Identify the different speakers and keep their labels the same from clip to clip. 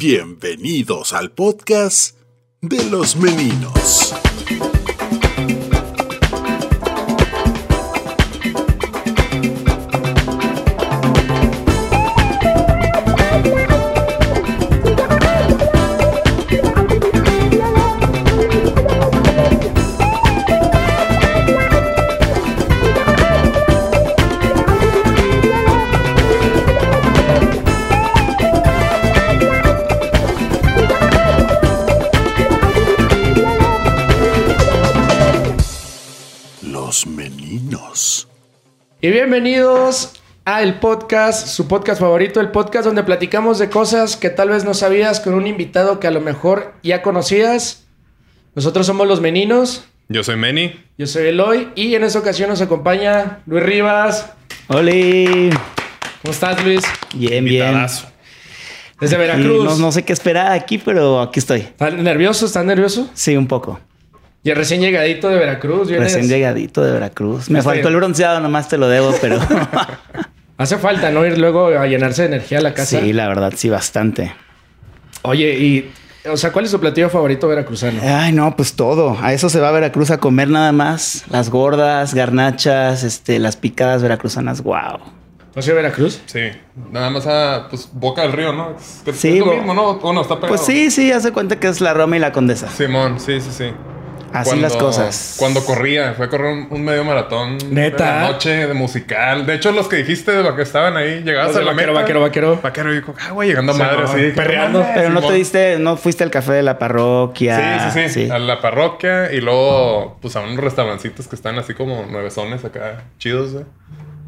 Speaker 1: Bienvenidos al podcast de los meninos. Los meninos.
Speaker 2: Y bienvenidos al podcast, su podcast favorito, el podcast donde platicamos de cosas que tal vez no sabías con un invitado que a lo mejor ya conocías. Nosotros somos los meninos,
Speaker 3: Yo soy Manny.
Speaker 2: yo soy Eloy y en esta ocasión nos acompaña Luis Rivas.
Speaker 4: Oli,
Speaker 2: ¿Cómo estás, Luis?
Speaker 4: bien, bien.
Speaker 3: Invitadazo.
Speaker 2: Desde
Speaker 4: Y
Speaker 2: Veracruz.
Speaker 4: no, no sé qué esperar aquí, pero aquí estoy.
Speaker 2: ¿Estás nervioso? ¿Estás nervioso?
Speaker 4: Sí, un poco.
Speaker 2: Y recién llegadito de Veracruz, vienes-
Speaker 4: Recién llegadito de Veracruz. Me
Speaker 2: Está
Speaker 4: faltó
Speaker 2: bien.
Speaker 4: el bronceado, nomás te lo debo, pero
Speaker 2: Hace falta no ir luego a llenarse de energía a la casa.
Speaker 4: sí, la verdad, sí, bastante.
Speaker 2: Oye, y o sea, ¿cuál es tu platillo favorito veracruzano?
Speaker 4: Ay, no, pues todo. A eso se va a Veracruz a comer nada más. Las gordas, garnachas, este, las picadas veracruzanas, wow.
Speaker 2: ¿Tú has ido a Veracruz?
Speaker 3: Sí. Nada más a pues, Boca del Río, ¿no? Es, es
Speaker 4: Sí,
Speaker 3: lo
Speaker 4: bo-
Speaker 3: mismo, ¿no? Bueno, está pegado.
Speaker 4: Pues sí, sí, hace cuenta que es la Roma y la Condesa.
Speaker 3: Simón, sí, sí, sí.
Speaker 4: Así
Speaker 3: Cuando-
Speaker 4: las cosas.
Speaker 3: Cuando corría, fue a correr un, un medio maratón.
Speaker 2: ¿Neta?
Speaker 3: De la noche, de musical. De hecho, los que dijiste de lo que estaban ahí, llegabas
Speaker 2: Los de
Speaker 3: a la
Speaker 2: vaquero,
Speaker 3: meta.
Speaker 2: vaquero, vaquero.
Speaker 3: Vaquero, y dijo, ah, güey, llegando a madre,
Speaker 2: no,
Speaker 3: así.
Speaker 2: perreando.
Speaker 4: Pero no te
Speaker 3: diste
Speaker 4: diste, ah, no fuiste al café de la parroquia.
Speaker 3: Sí, sí, sí, A la parroquia y luego, pues a unos restaurancitos que están así como nuevezones acá, chidos, güey.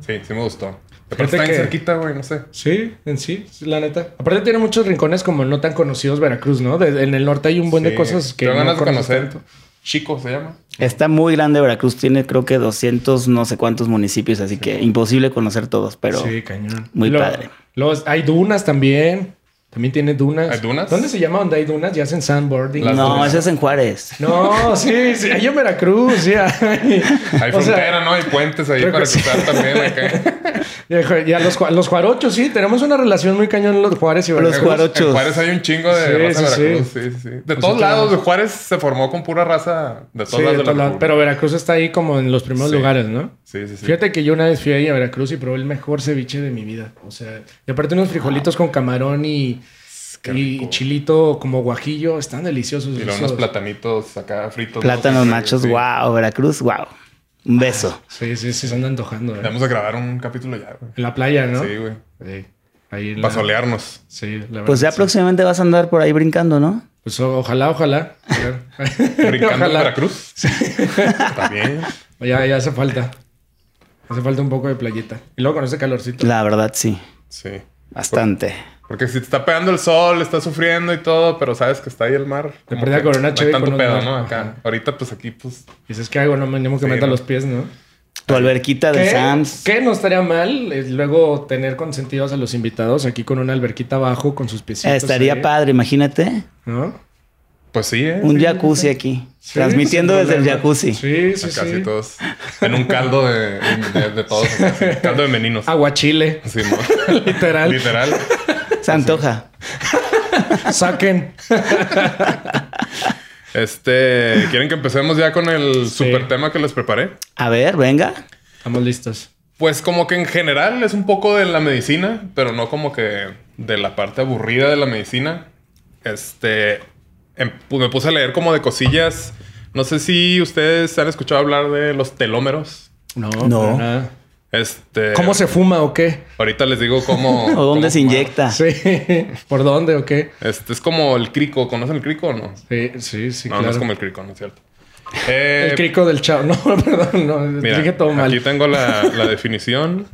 Speaker 3: Sí, sí me gustó. Pero
Speaker 2: Fíjate
Speaker 3: están
Speaker 2: que-
Speaker 3: cerquita, güey, no sé.
Speaker 2: Sí, en sí, sí, la neta. Aparte tiene muchos rincones como no tan conocidos Veracruz, ¿no? De- en el norte hay un buen de
Speaker 3: Sí,
Speaker 2: cosas que
Speaker 3: Tengo
Speaker 2: no
Speaker 3: ganas de
Speaker 2: conoces
Speaker 3: conocer.
Speaker 2: tanto.
Speaker 3: Chico se llama.
Speaker 4: Está muy grande Veracruz, tiene creo que 200 no sé cuántos municipios, así que imposible conocer todos, pero
Speaker 2: sí, cañón.
Speaker 4: muy
Speaker 2: Lo-
Speaker 4: padre.
Speaker 2: los- hay dunas también. También tiene dunas.
Speaker 3: ¿Hay dunas?
Speaker 2: ¿Dónde se llama donde hay dunas? Ya hacen sandboarding.
Speaker 3: Las
Speaker 4: no,
Speaker 3: dunas.
Speaker 4: eso es en Juárez.
Speaker 2: No, sí, sí, hay en Veracruz, sí. Hay,
Speaker 3: Hay
Speaker 2: O sea,
Speaker 3: frontera, ¿no? Hay puentes ahí
Speaker 2: creo
Speaker 3: para
Speaker 2: que sí.
Speaker 3: cruzar también acá.
Speaker 2: ya- ya los, ju- los juarochos, sí, tenemos una relación muy cañón los Juárez y
Speaker 4: Los
Speaker 2: Veracruz.
Speaker 4: juarochos. Ocho.
Speaker 3: En Juárez hay un chingo de
Speaker 2: Sí,
Speaker 3: raza
Speaker 2: sí,
Speaker 3: Veracruz. Sí, sí, sí. De
Speaker 2: Nosotros
Speaker 3: todos lados,
Speaker 2: vamos.
Speaker 3: de Juárez se formó con pura raza de todos
Speaker 2: Sí, de
Speaker 3: lados
Speaker 2: todos
Speaker 3: de la
Speaker 2: lados.
Speaker 3: República.
Speaker 2: Pero Veracruz está ahí como en los primeros
Speaker 3: Sí.
Speaker 2: lugares, ¿no?
Speaker 3: Sí, sí, sí.
Speaker 2: Fíjate que yo una vez fui ahí a Veracruz y probé el mejor ceviche de mi vida. O sea, y aparte unos frijolitos con camarón y,
Speaker 3: qué
Speaker 2: y
Speaker 3: rico.
Speaker 2: chilito como guajillo. Están deliciosos.
Speaker 3: Y luego
Speaker 2: esos.
Speaker 3: unos platanitos acá fritos.
Speaker 4: Plátanos
Speaker 3: ¿no?
Speaker 4: machos,
Speaker 3: Sí. Ah,
Speaker 4: wow, Veracruz, wow. Un beso.
Speaker 2: Sí, sí, sí, se andan antojando. ¿eh?
Speaker 3: Vamos a grabar un capítulo ya, güey.
Speaker 2: En la playa, ¿no?
Speaker 3: Sí, güey.
Speaker 2: Sí. Ahí en la-
Speaker 3: Para solearnos.
Speaker 2: Sí, la
Speaker 4: Pues ya
Speaker 2: verdad, sí.
Speaker 4: próximamente vas a andar por ahí brincando, ¿no?
Speaker 2: Pues o- ojalá, ojalá.
Speaker 3: Brincando en
Speaker 2: Ojalá.
Speaker 3: Veracruz. Está bien.
Speaker 2: Ya, ya hace falta. Hace falta un poco de playita. Y luego con ese calorcito.
Speaker 4: La verdad, sí.
Speaker 3: Sí.
Speaker 4: Bastante.
Speaker 3: Porque si te está pegando el sol, estás sufriendo y todo, pero sabes que está ahí el mar.
Speaker 2: Te
Speaker 3: como
Speaker 2: perdí a
Speaker 3: que
Speaker 2: Corona
Speaker 3: no hay
Speaker 2: Cheve
Speaker 3: tanto
Speaker 2: con un
Speaker 3: pedo,
Speaker 2: mar.
Speaker 3: ¿no? Acá.
Speaker 2: Ajá.
Speaker 3: Ahorita, pues aquí, pues.
Speaker 2: Dices, ¿qué hago? No me animo que
Speaker 3: Sí,
Speaker 2: meta
Speaker 3: ¿no?
Speaker 2: los pies, ¿no?
Speaker 4: Tu alberquita de Sams.
Speaker 2: ¿Qué no estaría mal eh, luego tener consentidos a los invitados aquí con una alberquita abajo con sus piecitos?
Speaker 4: Estaría
Speaker 2: ahí,
Speaker 4: padre, imagínate.
Speaker 2: ¿No?
Speaker 3: Pues sí, ¿eh?
Speaker 4: Un
Speaker 3: Sí,
Speaker 4: jacuzzi aquí.
Speaker 2: Sí,
Speaker 4: transmitiendo
Speaker 2: sin
Speaker 4: desde el
Speaker 2: problema.
Speaker 4: jacuzzi.
Speaker 2: Sí, sí,
Speaker 3: acá,
Speaker 2: sí.
Speaker 3: sí, todos. En un caldo de, de- de todos. acá, sí. Caldo de meninos.
Speaker 2: Aguachile,
Speaker 3: Sí, mo-
Speaker 2: literal.
Speaker 3: Literal.
Speaker 4: Se antoja.
Speaker 2: Saquen.
Speaker 3: Este. ¿Quieren que empecemos ya con el
Speaker 2: Sí.
Speaker 3: super tema que les preparé?
Speaker 4: A ver, venga.
Speaker 2: Estamos listos.
Speaker 3: Pues como que en general es un poco de la medicina, pero no como que de la parte aburrida de la medicina. Este, em- pu- me puse a leer como de cosillas. No sé si ustedes han escuchado hablar de los telómeros.
Speaker 2: No,
Speaker 4: No.
Speaker 2: para nada.
Speaker 3: Este,
Speaker 2: ¿Cómo se fuma o qué?
Speaker 3: Ahorita les digo cómo.
Speaker 4: ¿O dónde
Speaker 3: cómo
Speaker 4: se
Speaker 3: fumar.
Speaker 4: inyecta?
Speaker 2: Sí. ¿Por dónde o qué?
Speaker 3: Este es como el crico. ¿Conocen el crico o no?
Speaker 2: Sí, sí, sí,
Speaker 3: no,
Speaker 2: claro.
Speaker 3: no es como el crico, no es cierto. Eh,
Speaker 2: El crico del chavo. No, perdón, no.
Speaker 3: mira,
Speaker 2: dije todo mal.
Speaker 3: Aquí tengo la, la definición.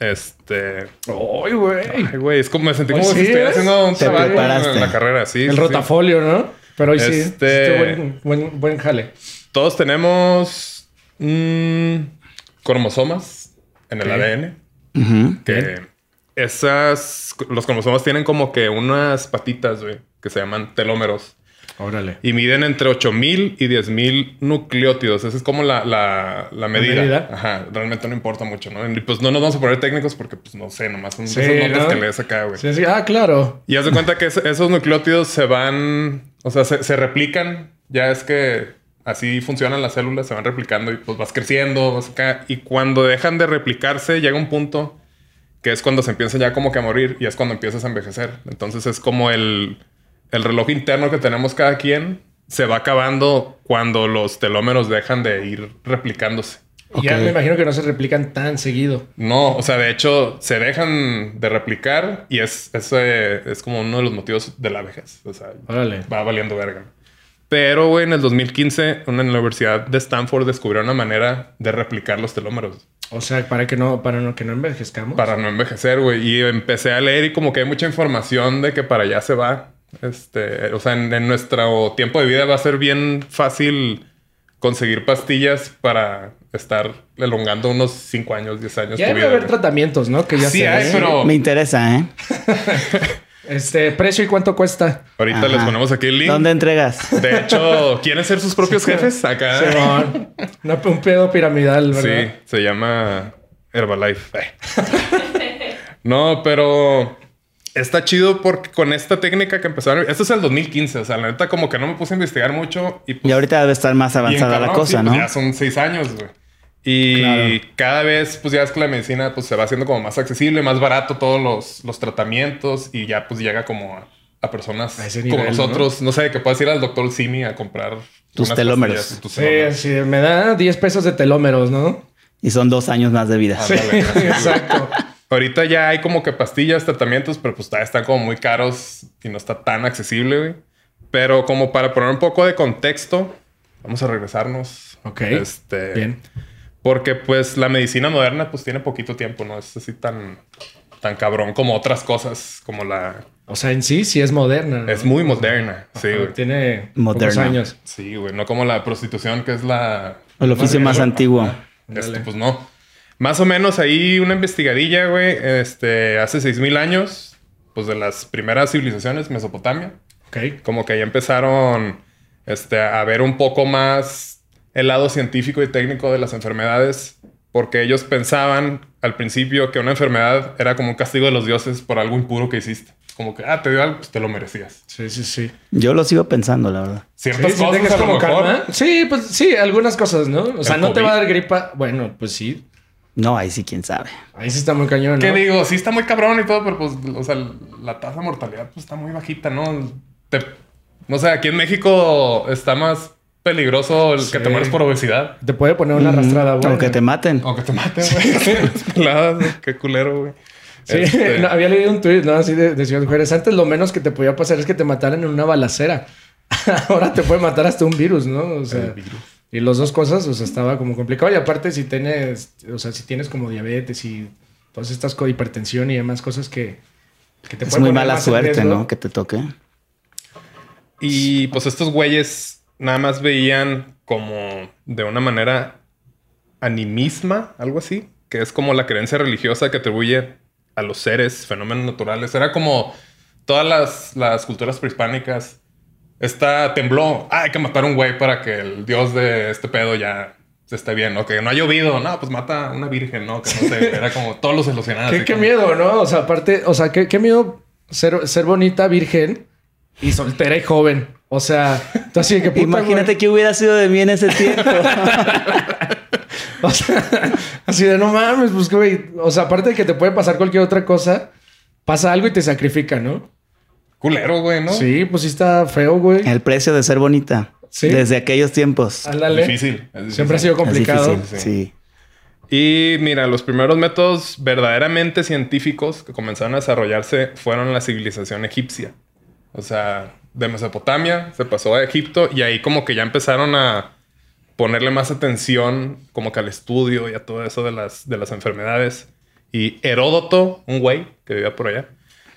Speaker 3: Este.
Speaker 2: Ay, güey.
Speaker 3: Ay, güey, es como me sentí
Speaker 2: Hoy
Speaker 3: como
Speaker 2: sí,
Speaker 3: si
Speaker 2: ¿eh?
Speaker 3: estuviera haciendo un
Speaker 4: Te
Speaker 3: trabajo en-
Speaker 4: preparaste.
Speaker 3: en la carrera, sí.
Speaker 2: El
Speaker 3: sí, sí.
Speaker 2: rotafolio, ¿no? Pero hoy sí.
Speaker 3: Este-
Speaker 2: este buen, buen, buen jale.
Speaker 3: Todos tenemos mm, cromosomas en el
Speaker 2: Ok.
Speaker 3: ADN.
Speaker 4: Ujú.
Speaker 3: Que esas, los cromosomas tienen como que unas patitas, güey, que se llaman telómeros.
Speaker 2: Órale.
Speaker 3: Y miden entre 8000 y 10000 nucleótidos. Esa es como la, la, la medida.
Speaker 2: medida?
Speaker 3: Ajá, realmente no importa mucho, ¿no? Y pues no nos vamos a poner técnicos porque, pues no sé, nomás son
Speaker 2: Sí,
Speaker 3: esas
Speaker 2: ¿no?
Speaker 3: notas que lees acá, güey.
Speaker 2: Sí, sí. Ah, claro.
Speaker 3: Y haz de cuenta que es- esos nucleótidos se van, o sea, se, se replican. Ya es que así funcionan las células, se van replicando y pues vas creciendo, vas acá. Y cuando dejan de replicarse, llega un punto que es cuando se empieza ya como que a morir y es cuando empiezas a envejecer. Entonces es como el, el reloj interno que tenemos cada quien se va acabando cuando los telómeros dejan de ir replicándose.
Speaker 2: Ya
Speaker 4: Ok.
Speaker 2: me imagino que no se replican tan seguido.
Speaker 3: No, o sea, de hecho, se dejan de replicar y es, eso es como uno de los motivos de la vejez. O sea,
Speaker 2: Órale.
Speaker 3: va valiendo verga. Pero, güey, en el 2015, una en la Universidad de Stanford descubrió una manera de replicar los telómeros
Speaker 2: O sea, para que no, para no, que no envejezcamos.
Speaker 3: para no envejecer, güey. Y empecé a leer y como que hay mucha información de que para allá se va. Este, o sea, en, en nuestro tiempo de vida va a ser bien fácil conseguir pastillas para estar elongando unos 5 años, 10 años.
Speaker 2: ya
Speaker 3: tu
Speaker 2: debe
Speaker 3: vida,
Speaker 2: haber
Speaker 3: güey.
Speaker 2: tratamientos, ¿no? Que ya
Speaker 3: Sí
Speaker 2: se
Speaker 3: hay,
Speaker 2: ven.
Speaker 3: pero-
Speaker 4: Me interesa, ¿eh?
Speaker 2: Este, precio y cuánto cuesta.
Speaker 3: Ahorita
Speaker 4: Ajá.
Speaker 3: les ponemos aquí el link.
Speaker 4: ¿Dónde entregas?
Speaker 3: De hecho, ¿quieren ser sus propios jefes? Acá.
Speaker 2: Simón. Una- un pedo piramidal,
Speaker 3: Sí,
Speaker 2: ¿verdad?
Speaker 3: se llama Herbalife. Eh. no, pero está chido porque con esta técnica que empezaron, esto es el 2015, o sea, la neta como que no me puse a investigar mucho y pues
Speaker 4: Y ahorita debe estar más
Speaker 3: y en
Speaker 4: avanzada la
Speaker 3: cabrón, sí,
Speaker 4: cosa,
Speaker 3: pues
Speaker 4: ¿no?
Speaker 3: Ya son seis años, güey. Y cada vez, pues ya es que la medicina pues, se va haciendo como más accesible, más barato todos los, los tratamientos y ya pues llega como a, a personas
Speaker 2: A ese
Speaker 3: como
Speaker 2: nivel,
Speaker 3: nosotros. ¿no? sé, que puedas ir al doctor Simi a comprar
Speaker 4: Tus
Speaker 3: unas
Speaker 4: telómeros.
Speaker 3: pastillas, Tus
Speaker 2: Sí,
Speaker 3: telómeros.
Speaker 2: sí, me da 10 pesos de telómeros, ¿no?
Speaker 4: Y son dos años más de vida.
Speaker 3: Sí. Ándale, gracias, güey.
Speaker 2: Exacto.
Speaker 3: Ahorita ya hay como que pastillas, tratamientos, pero pues todavía están como muy caros y no está tan accesible, güey. Pero como para poner un poco de contexto, vamos a regresarnos.
Speaker 2: Ok.
Speaker 3: Este,
Speaker 2: Bien.
Speaker 3: Porque pues la medicina moderna pues tiene poquito tiempo, no es así tan, tan cabrón como otras cosas, como la...
Speaker 2: O sea, en sí, sí es moderna. ¿no?
Speaker 3: Es muy moderna, sí,
Speaker 2: Ajá,
Speaker 3: güey.
Speaker 2: Tiene
Speaker 4: Moderna.
Speaker 2: pocos años.
Speaker 3: Sí, güey, no como la prostitución que es la...
Speaker 4: El oficio más antiguo.
Speaker 3: Este,
Speaker 2: Ándale.
Speaker 3: pues no. Más o menos ahí una investigadilla, güey, este, hace 6.000 años, pues de las primeras civilizaciones, Mesopotamia,
Speaker 2: Ok.
Speaker 3: como que ya empezaron este, a ver un poco más el lado científico y técnico de las enfermedades, porque ellos pensaban al principio que una enfermedad era como un castigo de los dioses por algo impuro que hiciste. Como que, ah, te dio algo, pues te lo merecías.
Speaker 2: Sí, sí, sí.
Speaker 4: Yo lo sigo pensando, la verdad.
Speaker 3: Ciertas
Speaker 2: Sí, sí,
Speaker 3: cosas
Speaker 2: tengas
Speaker 3: a lo
Speaker 2: como
Speaker 3: mejor.
Speaker 2: calma. Sí, pues sí, algunas cosas, ¿no? O sea,
Speaker 3: El
Speaker 2: no te
Speaker 3: COVID.
Speaker 2: va a dar gripa. Bueno, pues sí.
Speaker 4: No, ahí sí, quién sabe.
Speaker 2: Ahí sí está muy cañón, ¿no?
Speaker 3: ¿Qué digo? Sí está muy cabrón y todo, pero pues, o sea, la tasa de mortalidad pues está muy bajita, ¿no? Te- no sé, aquí en México está más peligroso el
Speaker 2: Sí.
Speaker 3: que te mueres por obesidad.
Speaker 2: Te puede poner una arrastrada,
Speaker 4: Ujú.
Speaker 2: buena.
Speaker 4: O que Mm, te maten.
Speaker 3: O que te maten, güey. Las peladas, qué culero, güey.
Speaker 2: Sí,
Speaker 3: Este,
Speaker 2: no, había leído un tuit, ¿no? Así de, de Ciudad Juárez. Antes lo menos que te podía pasar es que te mataran en una balacera. Ahora te puede matar hasta un virus, ¿no? O sea, y las dos cosas, o sea, estaba como complicado. Y aparte, si tienes, o sea, si tienes como diabetes y todas estas cosas, hipertensión y demás cosas que, que te
Speaker 4: Es
Speaker 2: pueden
Speaker 4: muy
Speaker 2: poner
Speaker 4: mala
Speaker 2: más en
Speaker 4: suerte,
Speaker 2: riesgo.
Speaker 4: ¿no? Que te toque.
Speaker 3: Y pues estos güeyes nada más veían como de una manera animisma, algo así, que es como la creencia religiosa que atribuye a los seres, fenómenos naturales. Era como todas las, las culturas prehispánicas. Esta tembló, ah, hay que matar a un güey para que el dios de este pedo ya se esté bien, o que no ha llovido, no, pues mata a una virgen, no, que no sé, era como todos los ilusionados.
Speaker 2: Qué,
Speaker 3: así
Speaker 2: qué
Speaker 3: como-
Speaker 2: miedo, ¿no? O sea, aparte, o sea, qué, qué miedo ser, ser bonita, virgen y soltera y joven. O sea, tú así de que puta, güey.
Speaker 4: Imagínate qué hubiera sido de mí en ese tiempo.
Speaker 2: O sea, así de no mames, pues güey. O sea, aparte de que te puede pasar cualquier otra cosa, pasa algo y te sacrifica, ¿no?
Speaker 3: Culero, güey, ¿no?
Speaker 2: Sí, pues sí está feo, güey.
Speaker 4: El precio de ser bonita.
Speaker 2: Sí.
Speaker 4: Desde aquellos tiempos.
Speaker 2: Ándale.
Speaker 3: Difícil, es difícil.
Speaker 2: Siempre ha sido complicado.
Speaker 4: Es difícil, sí.
Speaker 3: Y mira, los primeros métodos verdaderamente científicos que comenzaron a desarrollarse fueron la civilización egipcia. O sea, de Mesopotamia se pasó a Egipto y ahí como que ya empezaron a ponerle más atención como que al estudio y a todo eso de las, de las enfermedades. Y Heródoto, un güey que vivía por allá,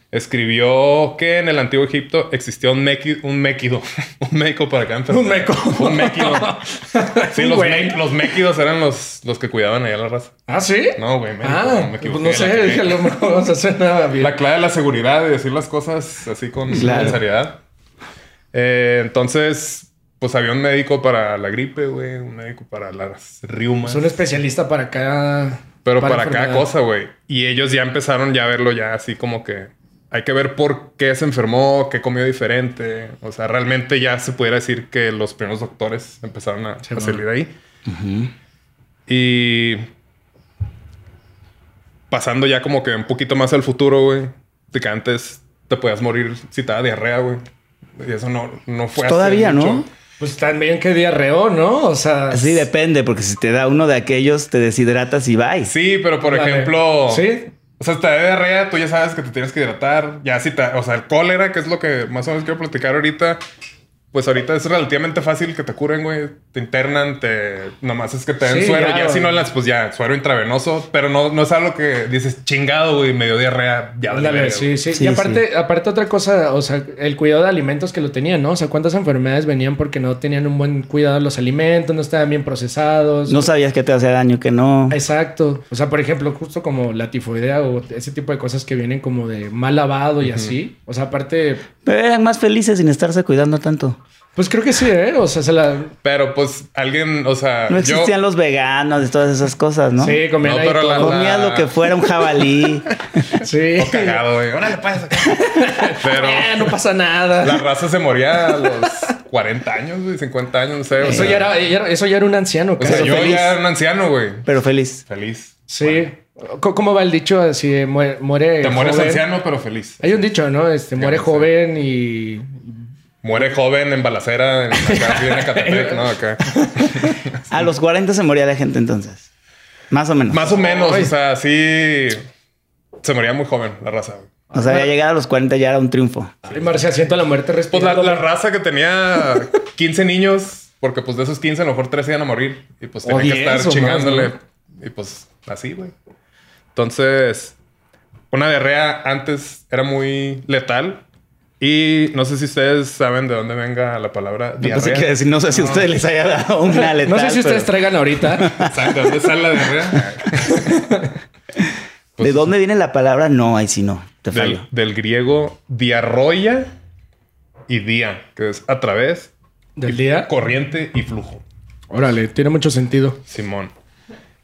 Speaker 3: escribió que en el antiguo Egipto existía un, mequi- un méquido, un médico para cada enfermedad.
Speaker 2: Un meco.
Speaker 3: Un méquido. Sí,
Speaker 2: Un
Speaker 3: los,
Speaker 2: güey.
Speaker 3: me- los méquidos eran los, los que cuidaban allá la raza.
Speaker 2: ¿Ah, sí?
Speaker 3: No, güey, me,
Speaker 2: Ah,
Speaker 3: me equivoqué.
Speaker 2: pues no sé,
Speaker 3: la,
Speaker 2: dije, a
Speaker 3: cagué.
Speaker 2: lo mejor vamos a hacer nada bien.
Speaker 3: La clave de la seguridad de decir las cosas así con
Speaker 4: Claro.
Speaker 3: seriedad. Eh, entonces, pues había un médico para la gripe, güey, un médico para las riumas.
Speaker 2: Es un especialista para cada.
Speaker 3: Pero para, cada
Speaker 2: enfermedad.
Speaker 3: cosa, güey. Y ellos ya empezaron ya a verlo ya así como que hay que ver por qué se enfermó, qué comió diferente. O sea, realmente ya se pudiera decir que los primeros doctores empezaron a,
Speaker 2: Sí,
Speaker 3: a
Speaker 2: bueno.
Speaker 3: salir ahí. Y pasando ya como que un poquito más al futuro, güey. De que antes te podías morir si te daba diarrea, güey. Y eso no, no fue hace
Speaker 4: Todavía,
Speaker 3: mucho.
Speaker 4: ¿no?
Speaker 2: Pues también que diarreo, ¿no? O sea.
Speaker 4: Sí, depende, porque si te da uno de aquellos, te deshidratas y vais.
Speaker 3: Sí, pero por
Speaker 2: Dale.
Speaker 3: ejemplo...
Speaker 2: Sí.
Speaker 3: O sea, si te da diarrea, tú ya sabes que te tienes que hidratar. Ya si te... O sea, el cólera, que es lo que más o menos quiero platicar ahorita. Pues ahorita es relativamente fácil que te curen, güey. Te internan, te... Nomás es que te den
Speaker 2: Sí,
Speaker 3: suero.
Speaker 2: ya,
Speaker 3: Ya, si no
Speaker 2: güey.
Speaker 3: las... Pues ya, suero intravenoso. Pero no, no es algo que dices, chingado, güey, me dio diarrea. Ya vale,
Speaker 2: Ándale,
Speaker 3: verga,
Speaker 2: sí,
Speaker 3: güey".
Speaker 2: sí.
Speaker 4: Sí,
Speaker 2: Y aparte, aparte otra cosa, o sea, el cuidado de alimentos que lo tenían, ¿no? O sea, cuántas enfermedades venían porque no tenían un buen cuidado de los alimentos, no estaban bien procesados. Ah,
Speaker 4: No sabías que te hacía daño, que no.
Speaker 2: Exacto. O sea, por ejemplo, justo como la tifoidea o ese tipo de cosas que vienen como de mal lavado y así. O sea, aparte,
Speaker 4: Pero eran más felices sin estarse cuidando tanto.
Speaker 2: pues creo que sí, ¿eh? O sea, se la...
Speaker 3: Pero pues alguien, o sea...
Speaker 4: No
Speaker 3: yo-
Speaker 4: existían los veganos y todas esas cosas, ¿no?
Speaker 2: Ah, Sí, comían
Speaker 3: No,
Speaker 2: ahí
Speaker 3: pero
Speaker 2: todo.
Speaker 3: la-
Speaker 4: Comías lo que fuera un jabalí.
Speaker 2: Sí.
Speaker 3: O oh, cagado, güey. Órale, pasa. Pero
Speaker 2: Ah, no pasa nada.
Speaker 3: la raza se moría a los 40 años, güey, 50 años, no sé. O
Speaker 2: Eso
Speaker 3: sea,
Speaker 2: ya era, ya era- eso ya era un anciano.
Speaker 3: o sea,
Speaker 2: casi.
Speaker 3: yo
Speaker 4: feliz.
Speaker 3: ya era un anciano, güey.
Speaker 4: pero feliz.
Speaker 3: Feliz.
Speaker 2: Sí. Co- ¿Cómo va el dicho? Así de muere... muere
Speaker 3: Te mueres
Speaker 2: joven.
Speaker 3: anciano, pero feliz.
Speaker 2: Hay un dicho, ¿no? Este, muere
Speaker 3: no sé.
Speaker 2: joven y...
Speaker 3: Muere joven en balacera en acá, sí, en Ecatepec, ¿no? Acá.
Speaker 4: A los 40 se moría la gente entonces. Más o menos.
Speaker 3: Más o menos, o sea, sí. Se moría muy joven la raza, güey.
Speaker 4: O sea, ya llegar a los 40 ya era un triunfo.
Speaker 2: Ay, Marcia, siento la muerte
Speaker 3: Pues la,
Speaker 2: respirando.
Speaker 3: la raza que tenía 15 niños, porque pues de esos 15 a lo mejor 13 iban a morir. Y pues
Speaker 2: O
Speaker 3: tenían que
Speaker 2: 10
Speaker 3: estar
Speaker 2: o más,
Speaker 3: chingándole. Y pues así, güey. Entonces, una diarrea antes era muy letal. Y no sé si ustedes saben de dónde venga la palabra
Speaker 4: Yo pensé
Speaker 3: diarrea.
Speaker 4: que decir, no sé si a ustedes les haya dado una letal.
Speaker 2: No sé si ustedes
Speaker 4: pero-
Speaker 2: traigan ahorita.
Speaker 3: ¿Saben ¿De dónde sale la diarrea?
Speaker 4: ¿De dónde viene la palabra? No, ahí sí no. Te
Speaker 3: del,
Speaker 4: fallo.
Speaker 3: del griego diarroya y día, que es a través,
Speaker 2: Del día.
Speaker 3: corriente y flujo.
Speaker 2: Órale, tiene mucho sentido.
Speaker 3: Simón.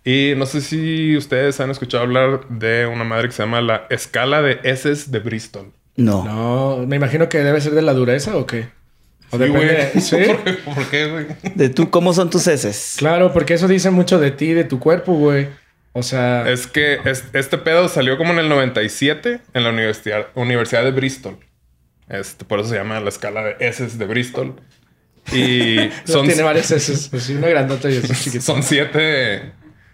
Speaker 3: Y no sé si ustedes han escuchado hablar de una madre que se llama la escala de heces de Bristol.
Speaker 4: No.
Speaker 2: No, me imagino que debe ser de la dureza o qué. O
Speaker 3: Sí, güey.
Speaker 2: depende- Sí,
Speaker 3: ¿Por qué- ¿Por qué, güey?
Speaker 4: De tú, ¿cómo son tus heces?
Speaker 2: claro, porque eso dice mucho de ti, de tu cuerpo, güey. O sea,
Speaker 3: Es que es- este pedo salió como en el 97 en la Universidad, universidad de Bristol. Este, por eso se llama la escala de heces de Bristol. Y
Speaker 2: son...
Speaker 3: son,
Speaker 2: tiene varias heces. Así una grandota y así chiquita.
Speaker 3: son siete.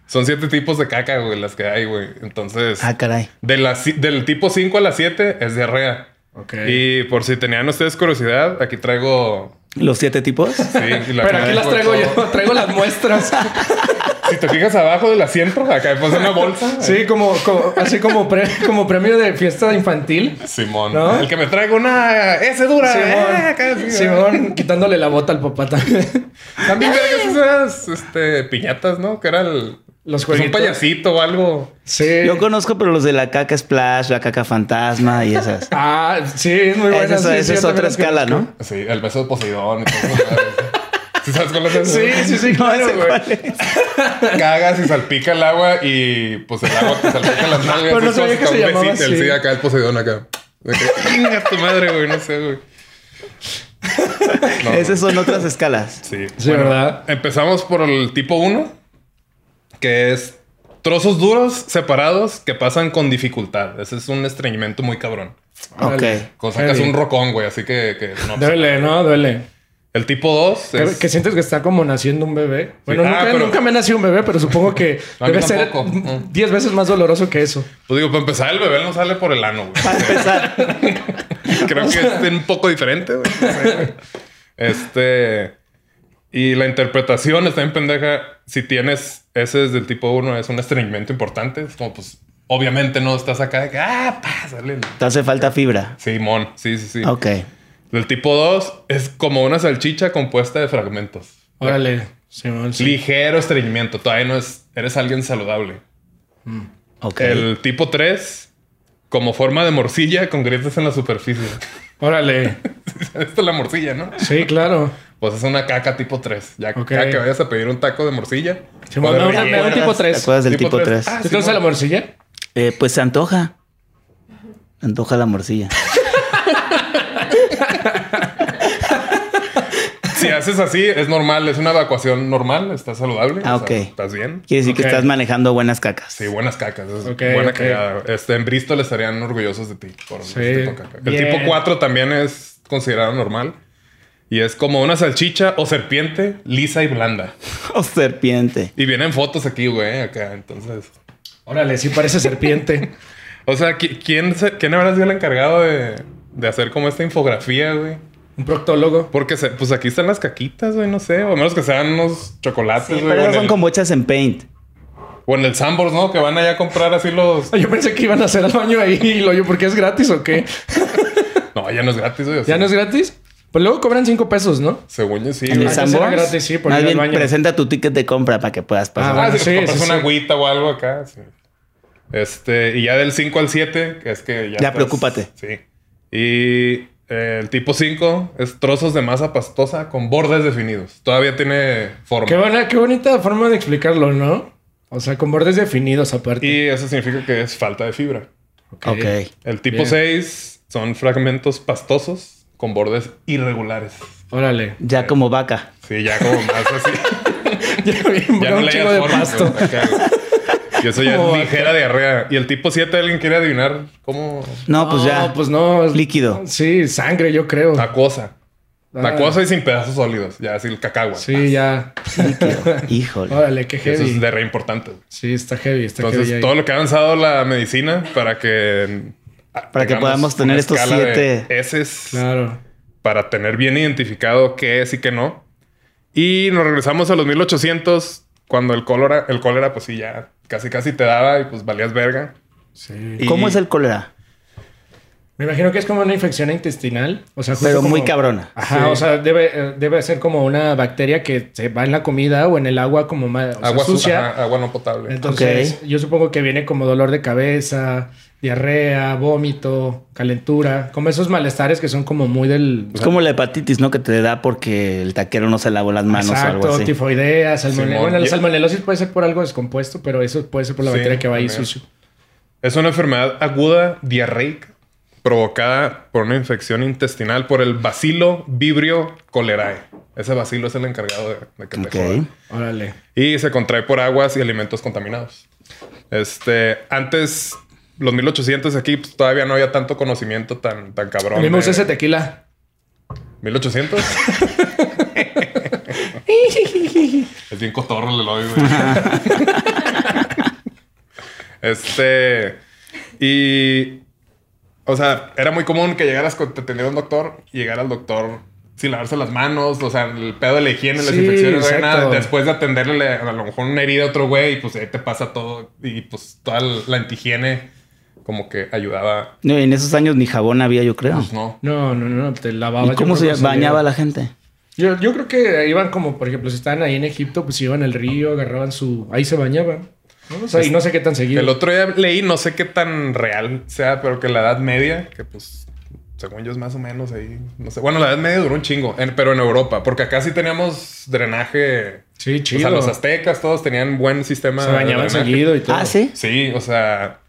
Speaker 3: Son siete tipos de caca, güey, las que hay, güey. Entonces,
Speaker 4: Ah, caray.
Speaker 3: de la ci- del tipo 5 a la 7 es diarrea.
Speaker 2: Ok.
Speaker 3: Y por si tenían ustedes curiosidad, aquí traigo.
Speaker 4: ¿Los siete tipos?
Speaker 3: sí, y la-
Speaker 2: Pero aquí las traigo
Speaker 3: todo.
Speaker 2: yo, traigo las muestras.
Speaker 3: Si te fijas abajo del asiento, acá puse una bolsa.
Speaker 2: Sí, como, como- así como, pre- como premio de fiesta infantil.
Speaker 3: Simón.
Speaker 2: ¿No?
Speaker 3: El que me traiga una S dura. eh, acá,
Speaker 2: Simón,
Speaker 3: sí,
Speaker 2: Simón quitándole la bota al papá también.
Speaker 3: También vergas esas este, piñatas, ¿no? Que era el.
Speaker 2: Los
Speaker 3: pues, un
Speaker 2: jueguitos.
Speaker 3: payasito o algo.
Speaker 2: Sí.
Speaker 4: Yo conozco, pero los de la caca splash, la caca fantasma y esas.
Speaker 2: Ah, sí, es muy buena.
Speaker 4: Esa es,
Speaker 2: sí,
Speaker 4: esa
Speaker 2: sí,
Speaker 4: es
Speaker 2: yo
Speaker 4: otra
Speaker 2: también la
Speaker 4: escala, ¿no?
Speaker 3: Sí, el beso de Poseidón y todo eso. ¿Sí sabes cuál es ese?
Speaker 2: Sí, sí, sí,
Speaker 4: No,
Speaker 2: claro,
Speaker 4: ese
Speaker 2: güey.
Speaker 4: cuál es.
Speaker 3: Cagas y salpica el agua y pues el agua te salpica las nalgas.
Speaker 2: Pero no
Speaker 3: y
Speaker 2: sabía
Speaker 3: cosas,
Speaker 2: que se
Speaker 3: un
Speaker 2: llamaba
Speaker 3: besito, el
Speaker 2: así.
Speaker 3: Sí, acá el Poseidón acá. De que, Chinga tu madre, güey. No sé, güey. No,
Speaker 4: Esas son otras escalas.
Speaker 3: Sí.
Speaker 2: Sí, ¿verdad?
Speaker 3: Empezamos por el tipo 1, que es trozos duros separados que pasan con dificultad. Ese es un estreñimiento muy cabrón.
Speaker 4: Ok.
Speaker 2: Órale.
Speaker 3: Cosa que es
Speaker 2: Heavy.
Speaker 3: un rocón, güey. Así que, que no.
Speaker 2: Duele, ¿no? Duele.
Speaker 3: El tipo 2
Speaker 2: Que-
Speaker 3: es...
Speaker 2: Que sientes que está como naciendo un bebé. Bueno,
Speaker 3: Ah,
Speaker 2: nunca,
Speaker 3: pero-
Speaker 2: nunca me nació un bebé, pero supongo que
Speaker 3: A mí
Speaker 2: debe ser
Speaker 3: tampoco. Mm.
Speaker 2: 10 veces más doloroso que eso.
Speaker 3: Pues digo, para empezar, el bebé no sale por el ano, güey.
Speaker 4: Para empezar,
Speaker 3: Creo que es un poco diferente, güey. No sé, güey. Este... Y la interpretación está en pendeja. Si tienes ese es del tipo 1, es un estreñimiento importante. Es como, pues, obviamente no estás acá de que, ah, pásale.
Speaker 4: te hace falta fibra.
Speaker 3: Simón, sí, sí, sí.
Speaker 4: Ok.
Speaker 3: El tipo 2 es como una salchicha compuesta de fragmentos.
Speaker 2: Órale. Simón, sí.
Speaker 3: Ligero estreñimiento. Todavía no es... Eres alguien saludable.
Speaker 4: Ok.
Speaker 3: El tipo 3, como forma de morcilla con grietas en la superficie.
Speaker 2: Órale.
Speaker 3: Esta es la morcilla, ¿no?
Speaker 2: Sí, claro.
Speaker 3: Pues es una caca tipo 3. Ya
Speaker 2: Ok.
Speaker 3: cada que vayas a pedir un taco de morcilla.
Speaker 2: Sí,
Speaker 3: o
Speaker 2: bueno,
Speaker 3: de
Speaker 2: no,
Speaker 3: relleno.
Speaker 2: me da un tipo tres.
Speaker 4: ¿Te acuerdas del tipo,
Speaker 3: tres.
Speaker 4: 3?
Speaker 3: Ah,
Speaker 2: ¿Tú
Speaker 3: sí,
Speaker 2: te gusta la
Speaker 3: bueno.
Speaker 2: morcilla?
Speaker 4: Eh, pues se antoja. Se antoja la morcilla.
Speaker 3: Si haces así, es normal, es una evacuación normal, estás saludable.
Speaker 4: Ah,
Speaker 3: o sea,
Speaker 4: ok.
Speaker 3: ¿Estás bien?
Speaker 4: Quiere decir
Speaker 2: Ok.
Speaker 4: que estás manejando buenas cacas.
Speaker 3: Sí, buenas cacas. es
Speaker 2: Ok,
Speaker 3: buena
Speaker 2: ok.
Speaker 3: cagada. Este, en Bristol estarían orgullosos de ti por
Speaker 2: Sí.
Speaker 3: este tipo de caca. El
Speaker 2: Bien.
Speaker 3: tipo 4 también es considerado normal. Y es como una salchicha o serpiente lisa y blanda.
Speaker 4: O serpiente.
Speaker 3: Y vienen fotos aquí, güey, acá. Entonces,
Speaker 2: Órale, sí parece serpiente.
Speaker 3: o sea, ¿qui- ¿quién, se- quién habrá sido el encargado de, de hacer como esta infografía, güey?
Speaker 2: Un proctólogo.
Speaker 3: Porque se- pues aquí están las caquitas, güey, no sé. O a menos que sean unos chocolates,
Speaker 4: Sí,
Speaker 3: güey. o,
Speaker 4: pero
Speaker 3: en
Speaker 4: esas son
Speaker 3: el-
Speaker 4: como hechas en paint.
Speaker 3: o en el Sambors, ¿no? Que van allá a comprar así los.
Speaker 2: Yo pensé que iban a hacer al baño ahí y lo yo, ¿por qué es gratis o qué?
Speaker 3: No, ya no es gratis, güey. o sea,
Speaker 2: ¿Ya no es gratis? Pues luego cobran cinco pesos, ¿no?
Speaker 3: Según yo sí. güey.
Speaker 4: En el
Speaker 2: antes
Speaker 4: Sanborns.
Speaker 2: era gratis, sí, por
Speaker 4: Más
Speaker 2: ir al
Speaker 4: bien,
Speaker 2: baño.
Speaker 4: presenta tu ticket de compra para que puedas pasar.
Speaker 2: Ah,
Speaker 3: Ah,
Speaker 2: bueno,
Speaker 3: si
Speaker 2: sí,
Speaker 3: compras
Speaker 2: sí,
Speaker 3: una
Speaker 2: sí.
Speaker 3: agüita o algo acá. sí. Este, y ya del 5 al 7, que es que ya.
Speaker 4: Ya, preocúpate.
Speaker 3: Sí. Y eh, el tipo 5 es trozos de masa pastosa con bordes definidos. Todavía tiene forma.
Speaker 2: Qué, buena, qué bonita forma de explicarlo, ¿no? O sea, con bordes definidos aparte.
Speaker 3: Y eso significa que es falta de fibra.
Speaker 4: ok.
Speaker 3: El tipo
Speaker 2: Bien.
Speaker 3: 6 son fragmentos pastosos con bordes irregulares.
Speaker 2: Órale.
Speaker 4: Ya como vaca.
Speaker 3: Sí, ya como más así.
Speaker 2: Ya, bien,
Speaker 3: ya no
Speaker 2: un
Speaker 3: le
Speaker 2: chingo
Speaker 3: hayas
Speaker 2: de
Speaker 3: forma,
Speaker 2: pasto.
Speaker 3: güey, acá, güey. Y eso ya
Speaker 2: Como
Speaker 3: es
Speaker 2: vaca.
Speaker 3: ligera diarrea. Y el tipo 7, ¿alguien quiere adivinar cómo?
Speaker 4: No, pues ya.
Speaker 2: No, pues no.
Speaker 4: Líquido.
Speaker 2: Sí, sangre, yo creo.
Speaker 3: Acuosa.
Speaker 2: Ah.
Speaker 3: Acuosa y sin pedazos sólidos. Ya así el cacagua.
Speaker 2: Sí, ya.
Speaker 4: Híjole.
Speaker 2: Órale, qué
Speaker 3: Que Eso es
Speaker 2: heavy.
Speaker 3: de re importante.
Speaker 2: Sí, está heavy, está heavy.
Speaker 3: Entonces,
Speaker 2: ahí.
Speaker 3: todo lo que ha avanzado la medicina para que...
Speaker 4: Para que
Speaker 3: tengamos
Speaker 4: podamos tener
Speaker 3: una
Speaker 4: estos
Speaker 3: escala de
Speaker 4: siete.
Speaker 3: S's
Speaker 2: Claro.
Speaker 3: para tener bien identificado qué es y qué no. Y nos regresamos a los 1800 cuando el cólera, el cólera pues sí, ya casi casi te daba y pues valías verga.
Speaker 2: Sí.
Speaker 3: Y-
Speaker 4: ¿Cómo es el cólera?
Speaker 2: Me imagino que es como una infección intestinal. O sea, justo
Speaker 4: Pero
Speaker 2: como-
Speaker 4: muy cabrona.
Speaker 2: Ajá,
Speaker 3: Sí.
Speaker 2: o sea, debe, eh, debe ser como una bacteria que se va en la comida o en el agua como más
Speaker 3: agua su-
Speaker 2: sucia.
Speaker 3: ajá, agua no potable.
Speaker 2: Entonces, yo supongo que viene como dolor de cabeza, diarrea, vómito, calentura, como esos malestares que son como muy del
Speaker 4: Es como la hepatitis, ¿no? Que te da porque el taquero no se lavó las manos o algo
Speaker 2: exacto,
Speaker 4: así.
Speaker 2: tifoidea, salmonella.
Speaker 3: Simón.
Speaker 2: Bueno, la
Speaker 3: Y-
Speaker 2: salmonelosis puede ser por algo descompuesto, pero eso puede ser por la
Speaker 3: Sí,
Speaker 2: bacteria que va ahí
Speaker 3: también.
Speaker 2: sucio.
Speaker 3: Es una enfermedad aguda diarreica provocada por una infección intestinal por el bacilo vibrio cholerae. Ese bacilo es el encargado de, de que te
Speaker 4: Ok.
Speaker 3: joda.
Speaker 2: Órale.
Speaker 3: Y se contrae por aguas y alimentos contaminados. Este, antes, los 1800 aquí pues, todavía no había tanto conocimiento tan, tan cabrón.
Speaker 2: A mí me gusta
Speaker 3: de-
Speaker 2: ese tequila.
Speaker 3: 1800. es bien cotorro el Eloy, güey. este. Y. O sea, era muy común que llegaras con te atendiera un doctor y llegara al doctor sin lavarse las manos, o sea, el pedo de la higiene, las
Speaker 2: Sí,
Speaker 3: infecciones, no había
Speaker 2: exacto.
Speaker 3: nada. Después de atenderle le- a lo mejor una herida a otro güey, y pues ahí te pasa todo y pues toda la antihigiene como que ayudaba.
Speaker 4: No, en esos años ni jabón había, yo creo.
Speaker 3: Pues no.
Speaker 2: No, no, no, te lavaba.
Speaker 4: ¿Y
Speaker 2: yo
Speaker 4: cómo
Speaker 2: creo
Speaker 4: se
Speaker 2: que
Speaker 4: bañaba la gente?
Speaker 2: Yo, yo creo que iban como, por ejemplo, si estaban ahí en Egipto, pues iban al río, agarraban su... Ahí se bañaban. ¿no? O sea, y no sé qué tan seguido.
Speaker 3: El otro día leí, no sé qué tan real sea, pero que la Edad Media, que pues, según yo es más o menos ahí, no sé. Bueno, la Edad Media duró un chingo, en- pero en Europa, porque acá sí teníamos drenaje.
Speaker 2: Sí,
Speaker 3: O
Speaker 2: chido.
Speaker 3: sea, los aztecas todos tenían buen sistema.
Speaker 2: se bañaban
Speaker 3: de drenaje.
Speaker 2: seguido y todo.
Speaker 4: Ah, sí.
Speaker 3: Sí, o sea,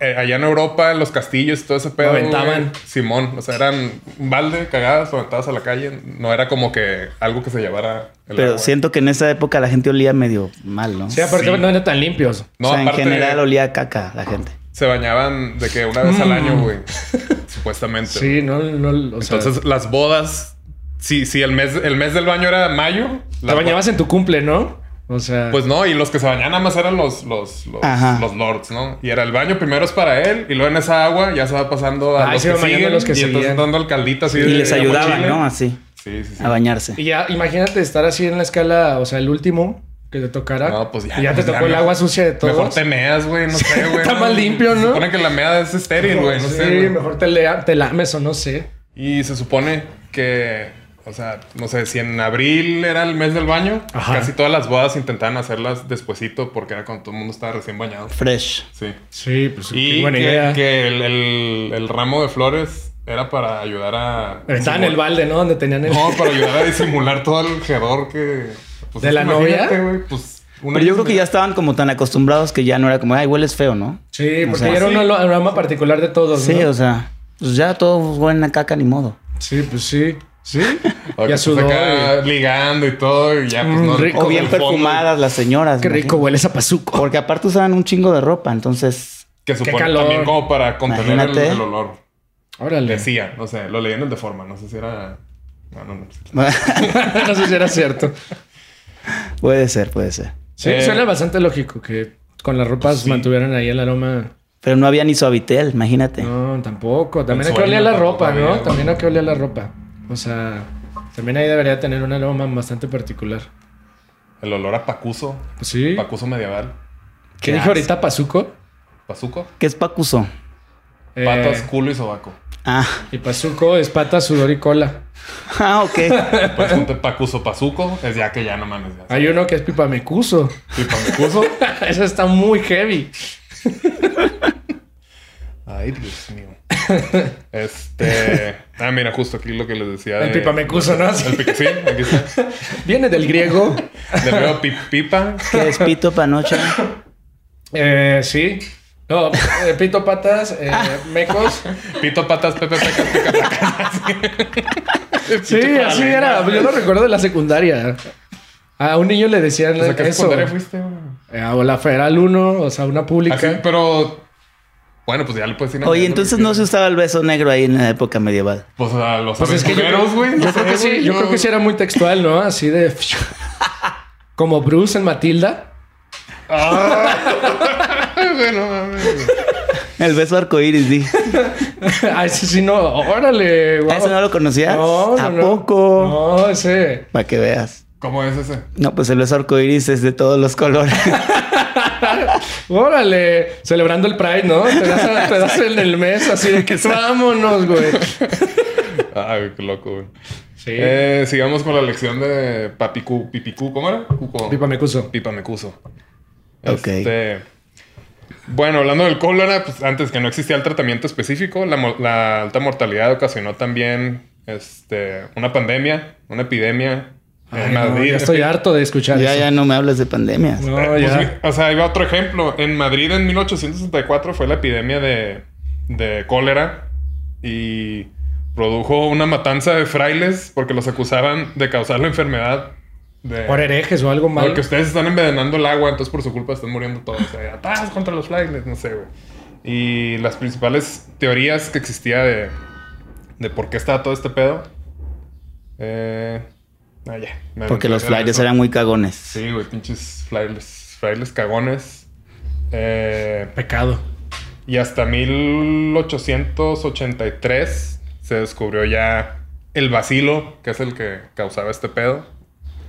Speaker 3: eh, allá en Europa, en los castillos, y todo ese pedo.
Speaker 2: Aventaban.
Speaker 3: güey, Simón, o sea, eran un balde, cagadas, aventadas a la calle. No era como que algo que se llevara el
Speaker 4: Pero
Speaker 3: agua.
Speaker 4: siento que en esa época la gente olía medio mal, ¿no?
Speaker 2: Sí, aparte
Speaker 3: Sí.
Speaker 2: no eran tan limpios.
Speaker 3: No,
Speaker 4: o sea, en
Speaker 3: aparte-
Speaker 4: general olía a caca la gente.
Speaker 3: Se bañaban de que una vez al año, güey. supuestamente.
Speaker 2: Mm. Sí, no, no, o sea,
Speaker 3: Entonces, las bodas, si, si el, mes, el mes del baño era mayo,
Speaker 2: te
Speaker 3: las
Speaker 2: bañabas en tu cumple, ¿no? O sea,
Speaker 3: bo- Pues no, y los que se bañaban nada más eran los, los, los,
Speaker 4: Ajá.
Speaker 3: los lords, ¿no? Y era el baño primero es para él, y luego en esa agua ya se va pasando a
Speaker 2: Ah,
Speaker 3: los,
Speaker 2: se
Speaker 3: que
Speaker 2: iba bañando
Speaker 3: siguen,
Speaker 2: los que
Speaker 3: y entonces
Speaker 2: seguían.
Speaker 3: dando al caldito así
Speaker 4: Y
Speaker 3: de-
Speaker 4: les
Speaker 3: de
Speaker 4: ayudaban,
Speaker 3: mochila.
Speaker 4: ¿no? Así,
Speaker 3: Sí,
Speaker 2: Ah.
Speaker 3: sí, sí.
Speaker 4: a bañarse.
Speaker 2: y ya imagínate estar así en la escala, o sea, el último que te tocara.
Speaker 3: No, pues ya,
Speaker 2: Y ya te
Speaker 3: pues ya
Speaker 2: tocó el
Speaker 3: mejor-
Speaker 2: agua sucia de todo.
Speaker 3: Mejor te meas, güey, no sé, güey.
Speaker 2: Está
Speaker 3: ¿no?
Speaker 2: más limpio,
Speaker 3: Se
Speaker 2: ¿no?
Speaker 3: supone que la meada es estéril, güey, no
Speaker 2: sí,
Speaker 3: sé. güey.
Speaker 2: mejor te, lea- te lames o no sé.
Speaker 3: Y se supone que, o sea, no sé, si en abril era el mes del baño,
Speaker 2: Ajá.
Speaker 3: casi todas las bodas intentaban hacerlas despuesito porque era cuando todo el mundo estaba recién bañado.
Speaker 4: Fresh.
Speaker 3: Sí.
Speaker 2: Sí, pues
Speaker 3: Y
Speaker 2: qué buena
Speaker 3: que,
Speaker 2: idea.
Speaker 3: que el, el- el ramo de flores Era para ayudar a.
Speaker 2: Estaba en el balde, ¿no? Donde tenían el.
Speaker 3: No, para ayudar a disimular todo el hedor que. pues,
Speaker 2: ¿De la
Speaker 3: imagínate,
Speaker 2: novia?
Speaker 3: güey, pues, una
Speaker 4: Pero yo
Speaker 3: vez
Speaker 4: creo que
Speaker 3: me-
Speaker 4: ya estaban como tan acostumbrados que ya no era como, ay, hueles feo, ¿no?
Speaker 2: Sí, porque
Speaker 4: sea,
Speaker 2: era
Speaker 3: sí.
Speaker 2: un alo- aroma particular de todos,
Speaker 4: Sí,
Speaker 2: ¿no?
Speaker 4: o sea, pues ya todo buena caca, ni modo.
Speaker 2: Sí, pues sí. Sí.
Speaker 3: O
Speaker 2: ya
Speaker 3: que
Speaker 2: sudó.
Speaker 3: estás acá ligando y todo, y ya, pues
Speaker 2: Mm,
Speaker 3: no.
Speaker 2: rico.
Speaker 4: O
Speaker 3: todo
Speaker 4: bien
Speaker 3: el fondo,
Speaker 4: perfumadas las señoras.
Speaker 2: Qué rico
Speaker 4: imagínate.
Speaker 2: huele esa pazuco.
Speaker 4: Porque aparte usaban un chingo de ropa, entonces...
Speaker 3: Que supone
Speaker 2: calor.
Speaker 3: también como para contener el,
Speaker 4: Imagínate.
Speaker 3: el olor.
Speaker 2: Órale.
Speaker 3: Decía, no sé, lo leían en el de forma, no sé si era. No, no, no.
Speaker 2: no sé si era cierto.
Speaker 4: puede ser, puede ser.
Speaker 2: Sí,
Speaker 3: Eh.
Speaker 2: suena bastante lógico que con las ropas mantuvieran ahí el aroma.
Speaker 4: Pero no había ni suavitel, imagínate.
Speaker 2: No, tampoco. También
Speaker 3: El
Speaker 2: hay que oler la
Speaker 3: sueño
Speaker 2: ropa,
Speaker 3: tampoco
Speaker 2: ¿no?
Speaker 3: había.
Speaker 2: También hay que oler la ropa. O sea, también ahí debería tener un aroma bastante particular.
Speaker 3: El olor a pacuso,
Speaker 2: Pues sí.
Speaker 3: pacuso medieval,
Speaker 2: ¿Qué dijo ahorita Pazuco?
Speaker 3: pazuco,
Speaker 4: ¿Qué es pacuso?
Speaker 2: Eh,
Speaker 3: patas, culo y sobaco.
Speaker 4: Ah,
Speaker 2: Y Pazuco es pata, sudor y cola.
Speaker 4: ah, ok.
Speaker 3: Pues ponte pacuso, pazuco, es ya que ya no mames. Ya.
Speaker 2: Hay uno que es pipamecuso.
Speaker 3: Y pacuso.
Speaker 2: Eso está muy heavy.
Speaker 3: Ay, Dios mío. Este. Ah, mira, justo aquí lo que les decía.
Speaker 2: El
Speaker 3: de-
Speaker 2: pipamecuso, ¿no? Sí.
Speaker 3: Eh, El pipa, sí, aquí está.
Speaker 2: Viene del griego.
Speaker 3: Le veo pip, pipa.
Speaker 4: ¿Qué despito para noche?
Speaker 2: Eh, sí. No, eh, pito patas, eh, mecos.
Speaker 3: Pito, patas, pepe, peca, pica, paca.
Speaker 2: Sí, así era. Yo lo recuerdo de la secundaria. A un niño le decían
Speaker 3: O sea, ¿qué
Speaker 2: eso.
Speaker 3: secundaria fuiste? güey?
Speaker 2: Eh, o la Federal 1, o sea, una pública.
Speaker 3: Así, pero. Bueno, pues ya le puedes decir.
Speaker 4: Oye, entonces no se usaba el beso negro ahí en la época medieval.
Speaker 3: Pues a los
Speaker 2: Pues es que yo,
Speaker 3: aventureros, güey. no
Speaker 2: yo
Speaker 3: sé,
Speaker 2: creo que sí,
Speaker 3: güey,
Speaker 2: yo creo que sí era muy textual, ¿no? Así de... Como Bruce en Matilda.
Speaker 3: Ay, güey, no mames. güey.
Speaker 4: El beso arcoíris, di.
Speaker 2: Ah, ese sí no. Órale,
Speaker 4: ¿A
Speaker 2: guau.
Speaker 4: ¿Eso no lo conocías?
Speaker 2: No,
Speaker 4: ¿A
Speaker 2: no, no.
Speaker 4: poco?
Speaker 2: No, ese.
Speaker 4: Para que veas.
Speaker 3: ¿Cómo es ese?
Speaker 4: No, pues el beso arcoíris es de todos los colores.
Speaker 2: Órale. Celebrando el Pride, ¿no? Te das, te das en el mes así de que vámonos, güey. Ah,
Speaker 3: Ay, qué loco, güey.
Speaker 2: Sí.
Speaker 3: Eh, sigamos con la lección de Papicu, Pipicú, ¿cómo era? Cuco.
Speaker 2: Pipa me cuso.
Speaker 3: Pipa Mecuso.
Speaker 4: Ok.
Speaker 3: Este, bueno, hablando del cólera, pues antes que no existía el tratamiento específico, la, mo- la alta mortalidad ocasionó también este, una pandemia, una epidemia
Speaker 2: Ay, no, ya estoy harto de escuchar
Speaker 4: ya,
Speaker 2: eso.
Speaker 4: ya no me hables de pandemias.
Speaker 3: Eh,
Speaker 2: No,
Speaker 3: pues,
Speaker 2: Ah, ya.
Speaker 3: mi- o sea, ahí va otro ejemplo. En Madrid en 1864 fue la epidemia de, de cólera y produjo una matanza de frailes porque los acusaban de causar la enfermedad. De,
Speaker 2: Por herejes o algo malo.
Speaker 3: porque ustedes están envenenando el agua, entonces por su culpa están muriendo todos. O sea, atrás contra los frailes, no sé, güey. Y las principales teorías que existía de, de por qué estaba todo este pedo. Eh, ah, ya. Me
Speaker 4: Porque
Speaker 3: aventé
Speaker 4: los
Speaker 3: a
Speaker 4: flyers
Speaker 3: eso.
Speaker 4: eran muy cagones.
Speaker 3: Sí, güey, pinches frailes, frailes cagones. Eh,
Speaker 2: Pecado.
Speaker 3: y hasta 1883 se descubrió ya el bacilo, que es el que causaba este pedo.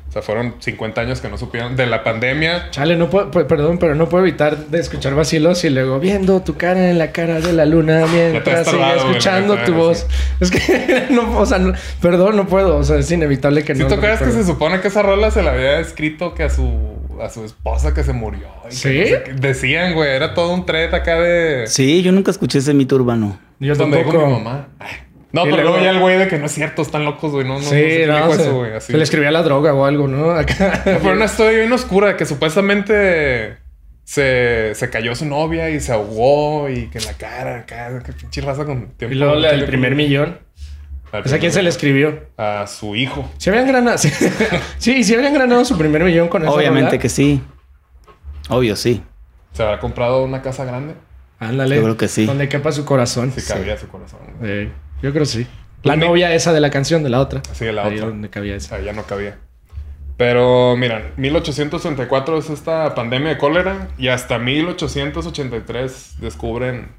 Speaker 3: O sea, fueron 50 años que no supieron de la pandemia.
Speaker 2: Chale, no puedo, pe- perdón, pero no puedo evitar de escuchar vacilos y luego viendo tu cara en la cara de la luna mientras sigue
Speaker 3: tardado, güey,
Speaker 2: escuchando
Speaker 3: la neta,
Speaker 2: tu
Speaker 3: sí.
Speaker 2: voz. Es que no, o sea, no- perdón, no puedo. O sea, es inevitable que
Speaker 3: Si
Speaker 2: no.
Speaker 3: tú crees que
Speaker 2: recuerdo.
Speaker 3: se supone que esa rola se la había escrito que a su, a su esposa que se murió. y que
Speaker 2: ¿Sí?
Speaker 3: no sé qué- decían, güey, era todo un tret acá de...
Speaker 4: Sí, yo nunca escuché ese mito urbano.
Speaker 2: Yo
Speaker 3: donde dijo
Speaker 2: tampoco.
Speaker 3: mi mamá. Ay. No,
Speaker 2: Y
Speaker 3: pero
Speaker 2: luego-
Speaker 3: luego ya el güey de que no es cierto, están locos, güey. No, no, no sé
Speaker 2: sí,
Speaker 3: quién
Speaker 2: no,
Speaker 3: dijo
Speaker 2: se,
Speaker 3: eso, güey. Así.
Speaker 2: se le escribía la droga o algo, ¿no? Acá.
Speaker 3: Fue una historia bien oscura que supuestamente se, se cayó su novia y se ahogó y que en la cara, acá, que pinche raza con
Speaker 2: y
Speaker 3: tiempo.
Speaker 2: luego la del primer millón.
Speaker 3: Al
Speaker 2: O sea, ¿quién
Speaker 3: primer
Speaker 2: se le
Speaker 3: millón.
Speaker 2: escribió?
Speaker 3: A su hijo.
Speaker 2: Si habían ganado. sí, si habían ganado su primer millón con esa
Speaker 4: Obviamente
Speaker 2: rola.
Speaker 4: que sí. Obvio, sí.
Speaker 3: Se habrá comprado una casa grande
Speaker 2: Ándale.
Speaker 4: Yo creo que sí.
Speaker 2: Donde quepa su corazón.
Speaker 3: si cabía su corazón. güey.
Speaker 2: Eh, yo creo sí. La
Speaker 3: Pues mi-
Speaker 2: novia esa de la canción, de la otra.
Speaker 3: Sí, de la
Speaker 2: Ahí
Speaker 3: otra.
Speaker 2: donde cabía
Speaker 3: O
Speaker 2: esa.
Speaker 3: sea, ya no cabía. Pero mira, 1864 es esta pandemia de cólera y hasta 1883 descubren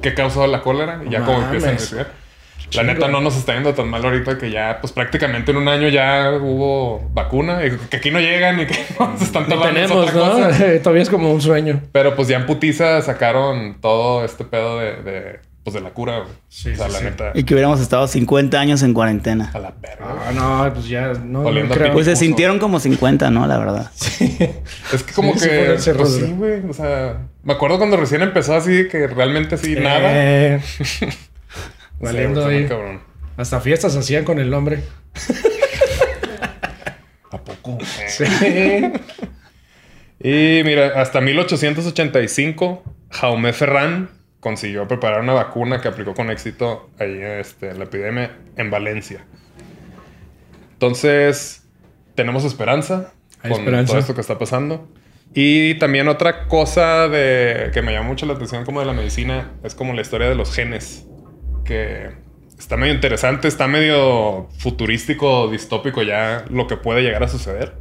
Speaker 3: qué causó la cólera y ya como
Speaker 2: Mames.
Speaker 3: empiezan a investigar. La neta no nos está yendo tan mal ahorita que ya, pues prácticamente en un año ya hubo vacuna y que aquí no llegan y que nos están
Speaker 2: Ni
Speaker 3: tardando es
Speaker 2: tenemos,
Speaker 3: otra
Speaker 2: ¿no?
Speaker 3: cosa.
Speaker 2: Todavía es como un sueño.
Speaker 3: Pero pues ya en putiza sacaron todo este pedo de, de, pues, de la cura. güey.
Speaker 2: Sí,
Speaker 3: o sea,
Speaker 2: sí,
Speaker 3: la
Speaker 2: sí.
Speaker 3: neta,
Speaker 4: Y que hubiéramos estado 50 años en cuarentena.
Speaker 3: a la perra. güey.
Speaker 2: Ah, no, pues ya no, no
Speaker 3: Oliendo a
Speaker 2: creo.
Speaker 3: pico.
Speaker 4: Pues se
Speaker 3: Puso.
Speaker 4: sintieron como 50, ¿no? La verdad.
Speaker 3: Es que como
Speaker 2: Sí, sí fue
Speaker 3: que...
Speaker 2: el cerro
Speaker 3: pues,
Speaker 2: duro.
Speaker 3: sí, güey. O sea, me acuerdo cuando recién empezó así de que realmente así nada.
Speaker 2: Eh, Valiendo
Speaker 3: güey, está muy
Speaker 2: ahí.
Speaker 3: cabrón.
Speaker 2: Hasta fiestas hacían con el nombre.
Speaker 3: ¿A poco?
Speaker 2: Sí.
Speaker 3: Y mira, hasta 1885, Jaume Ferran consiguió preparar una vacuna que aplicó con éxito ahí este, la epidemia en Valencia. Entonces, tenemos esperanza
Speaker 2: Hay
Speaker 3: con
Speaker 2: esperanza.
Speaker 3: todo esto que está pasando. Y también otra cosa de, que me llama mucho la atención como de la medicina es como la historia de los genes, que está medio interesante, está medio futurístico, distópico ya lo que puede llegar a suceder.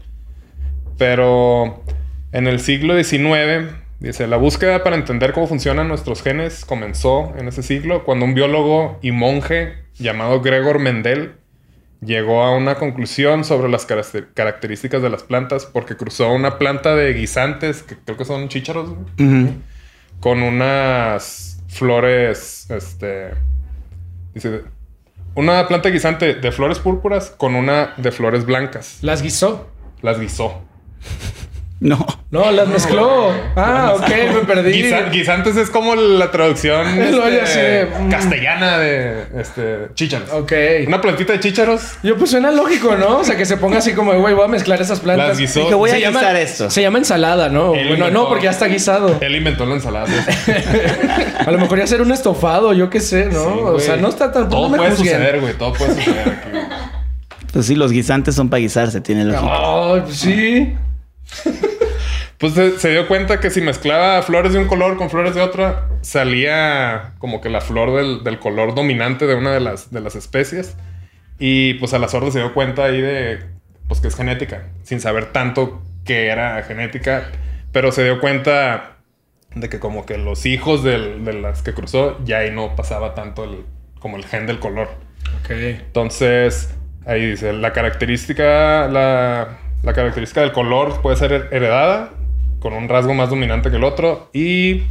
Speaker 3: Pero en el siglo XIX, dice, la búsqueda para entender cómo funcionan nuestros genes comenzó en ese siglo cuando un biólogo y monje llamado Gregor Mendel llegó a una conclusión sobre las carac- características de las plantas porque cruzó una planta de guisantes, que creo que son chícharos, güey,
Speaker 4: Ujú.
Speaker 3: con unas flores, este, dice, una planta de guisante de flores púrpuras con una de flores blancas.
Speaker 2: Las guisó.
Speaker 3: Las guisó.
Speaker 4: No.
Speaker 2: No, las mezcló. Ah, ok, me perdí.
Speaker 3: Guisa- guisantes es como la traducción
Speaker 2: Lo ya
Speaker 3: este,
Speaker 2: sé. Mm.
Speaker 3: castellana de este, chícharos.
Speaker 2: Ok.
Speaker 3: Una plantita de chícharos.
Speaker 2: Yo pues suena lógico, ¿no? O sea, que se ponga así como, güey, voy a mezclar esas plantas.
Speaker 3: Las guisó.
Speaker 4: Dije, voy a
Speaker 2: Se llama-
Speaker 4: guisar esto.
Speaker 2: Se llama ensalada, ¿no?
Speaker 3: Él
Speaker 2: Bueno, no,
Speaker 3: inventó-
Speaker 2: porque ya está guisado.
Speaker 3: Él inventó la ensalada. ¿sí?
Speaker 2: A lo mejor ya ser un estofado, yo qué sé, ¿no?
Speaker 3: Sí,
Speaker 2: Oh, o
Speaker 3: güey.
Speaker 2: sea, no está tan...
Speaker 3: Todo
Speaker 2: no me
Speaker 3: puede
Speaker 2: juzguen.
Speaker 3: suceder, güey. Todo puede suceder aquí. güey.
Speaker 4: Pues sí, los guisantes son para guisarse, tiene lógica.
Speaker 2: Ay, pues sí.
Speaker 3: Pues se, se dio cuenta que si mezclaba flores de un color con flores de otra, salía como que la flor del, del color dominante de una de las, de las especies. Y pues a las sordas se dio cuenta ahí de pues que es genética, sin saber tanto que era genética, pero se dio cuenta de que como que los hijos del- de las que cruzó ya ahí no pasaba tanto el- como el gen del color.
Speaker 2: Ok.
Speaker 3: Entonces, ahí dice, la característica, la, la característica del color puede ser her- heredada con un rasgo más dominante que el otro y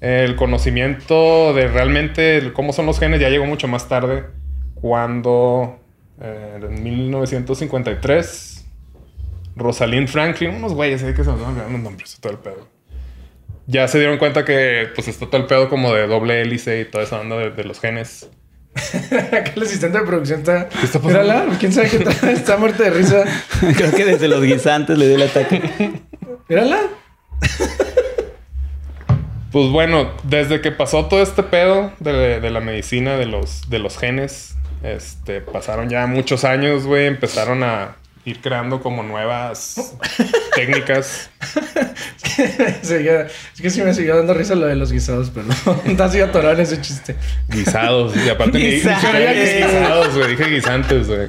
Speaker 3: el conocimiento de realmente el- cómo son los genes ya llegó mucho más tarde cuando eh, en 1953 Rosalind Franklin, unos güeyes ahí que se nos van olvidando los nombres, todo el pedo. Ya se dieron cuenta que pues está todo el pedo como de doble hélice y toda esa onda de- de los genes.
Speaker 2: Acá el asistente de producción está... ¿Qué
Speaker 3: está pasando?
Speaker 2: ¿Quién sabe qué está? Está muerta de risa.
Speaker 4: Creo que desde los guisantes le dio el ataque.
Speaker 2: Mírala.
Speaker 3: Pues bueno, desde que pasó todo este pedo de, de la medicina, de los, de los genes, este, pasaron ya muchos años, güey, empezaron a ir creando como nuevas técnicas.
Speaker 2: Seguía- es que sí me siguió dando risa lo de los guisados, pero no. Está así atorado en ese chiste.
Speaker 3: Guisados, y aparte ni- ni
Speaker 4: Guisados.
Speaker 3: siquiera dije guisados, güey, dije guisantes, güey.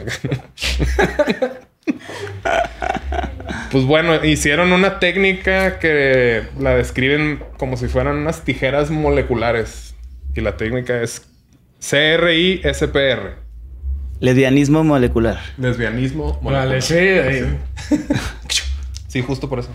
Speaker 3: Pues bueno, hicieron una técnica que la describen como si fueran unas tijeras moleculares. Y la técnica es CRISPR.
Speaker 4: Lesbianismo molecular.
Speaker 3: Lesbianismo.
Speaker 2: Vale, sí. ahí-
Speaker 3: Sí, justo por eso.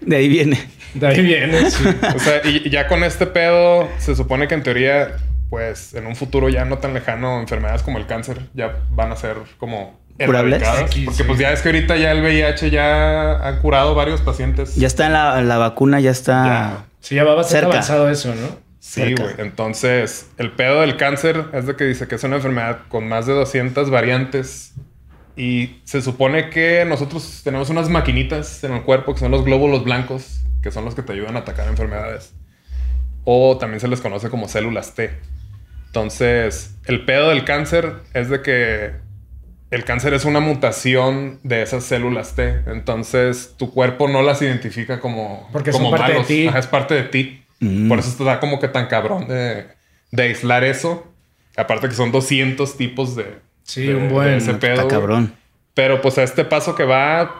Speaker 4: De ahí viene.
Speaker 2: de ahí viene, sí.
Speaker 3: O sea, y y ya con este pedo, se supone que en teoría, pues en un futuro ya no tan lejano, enfermedades como el cáncer ya van a ser como
Speaker 4: ¿Curables?
Speaker 3: erradicadas.
Speaker 2: Aquí,
Speaker 3: Porque
Speaker 2: sí.
Speaker 3: pues ya es que ahorita ya el VIH ya ha curado varios pacientes.
Speaker 4: Ya está en la, la vacuna, ya está.
Speaker 2: Sí, ya va bastante
Speaker 4: Cerca.
Speaker 2: avanzado eso, ¿no?
Speaker 3: Sí,
Speaker 4: cerca.
Speaker 3: güey. Entonces, el pedo del cáncer es de que dice que es una enfermedad con más de 200 variantes. Y se supone que nosotros tenemos unas maquinitas en el cuerpo que son los glóbulos blancos, que son los que te ayudan a atacar enfermedades. O también se les conoce como células T. Entonces, el pedo del cáncer es de que el cáncer es una mutación de esas células T. Entonces, tu cuerpo no las identifica como,
Speaker 2: Porque son
Speaker 3: como
Speaker 2: parte de ti.
Speaker 3: Ajá, es parte de ti.
Speaker 4: Mm.
Speaker 3: Por eso está como que tan cabrón de, de aislar eso. Aparte que son 200 tipos de...
Speaker 2: Sí,
Speaker 3: de-
Speaker 2: un buen-
Speaker 3: de ese
Speaker 2: Está
Speaker 3: pedo,
Speaker 4: Está
Speaker 3: güey.
Speaker 4: cabrón.
Speaker 3: Pero pues a este paso que va,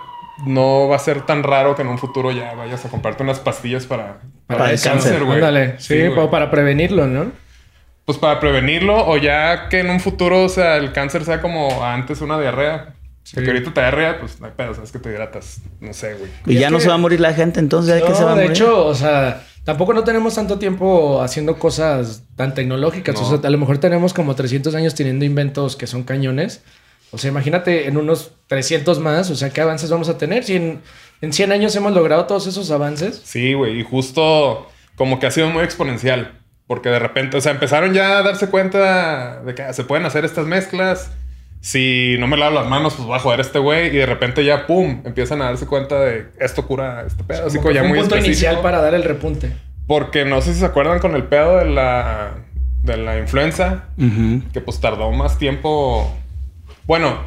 Speaker 3: no va a ser tan raro que en un futuro ya vayas a comprarte unas pastillas para...
Speaker 4: Para el
Speaker 2: eso.
Speaker 4: cáncer,
Speaker 3: güey.
Speaker 2: Ándale. Sí,
Speaker 3: Sí, güey.
Speaker 2: pa- para prevenirlo, ¿no?
Speaker 3: Pues para prevenirlo o ya que en un futuro, o sea, el cáncer sea como antes una diarrea.
Speaker 2: Sí.
Speaker 3: Porque ahorita te diarrea, pues no hay pedo, sabes que te hidratas. No sé, güey.
Speaker 4: Y,
Speaker 2: Y
Speaker 4: ya
Speaker 2: es
Speaker 4: no
Speaker 2: que-
Speaker 4: se va a morir la gente, entonces ¿de qué
Speaker 2: No,
Speaker 4: se va a
Speaker 2: de
Speaker 4: morir?
Speaker 2: hecho, o sea, tampoco no tenemos tanto tiempo haciendo cosas tan tecnológicas.
Speaker 3: No.
Speaker 2: O sea, a lo mejor tenemos como 300 años teniendo inventos que son cañones. O sea, imagínate en unos 300 más, o sea, ¿qué avances vamos a tener? Si en, en 100 años hemos logrado todos esos avances.
Speaker 3: Sí, güey. Y justo como que ha sido muy exponencial. Porque de repente, o sea, empezaron ya a darse cuenta de que ah, se pueden hacer estas mezclas. Si no me lavo las manos, pues va a joder este güey. Y de repente ya, pum, empiezan a darse cuenta de esto cura este pedo. Así
Speaker 2: Como
Speaker 3: como
Speaker 2: que
Speaker 3: ya
Speaker 2: fue
Speaker 3: muy
Speaker 2: un punto
Speaker 3: específico.
Speaker 2: inicial para dar el repunte.
Speaker 3: Porque no sé si se acuerdan con el pedo de la, de la influenza, que pues tardó más tiempo. Bueno,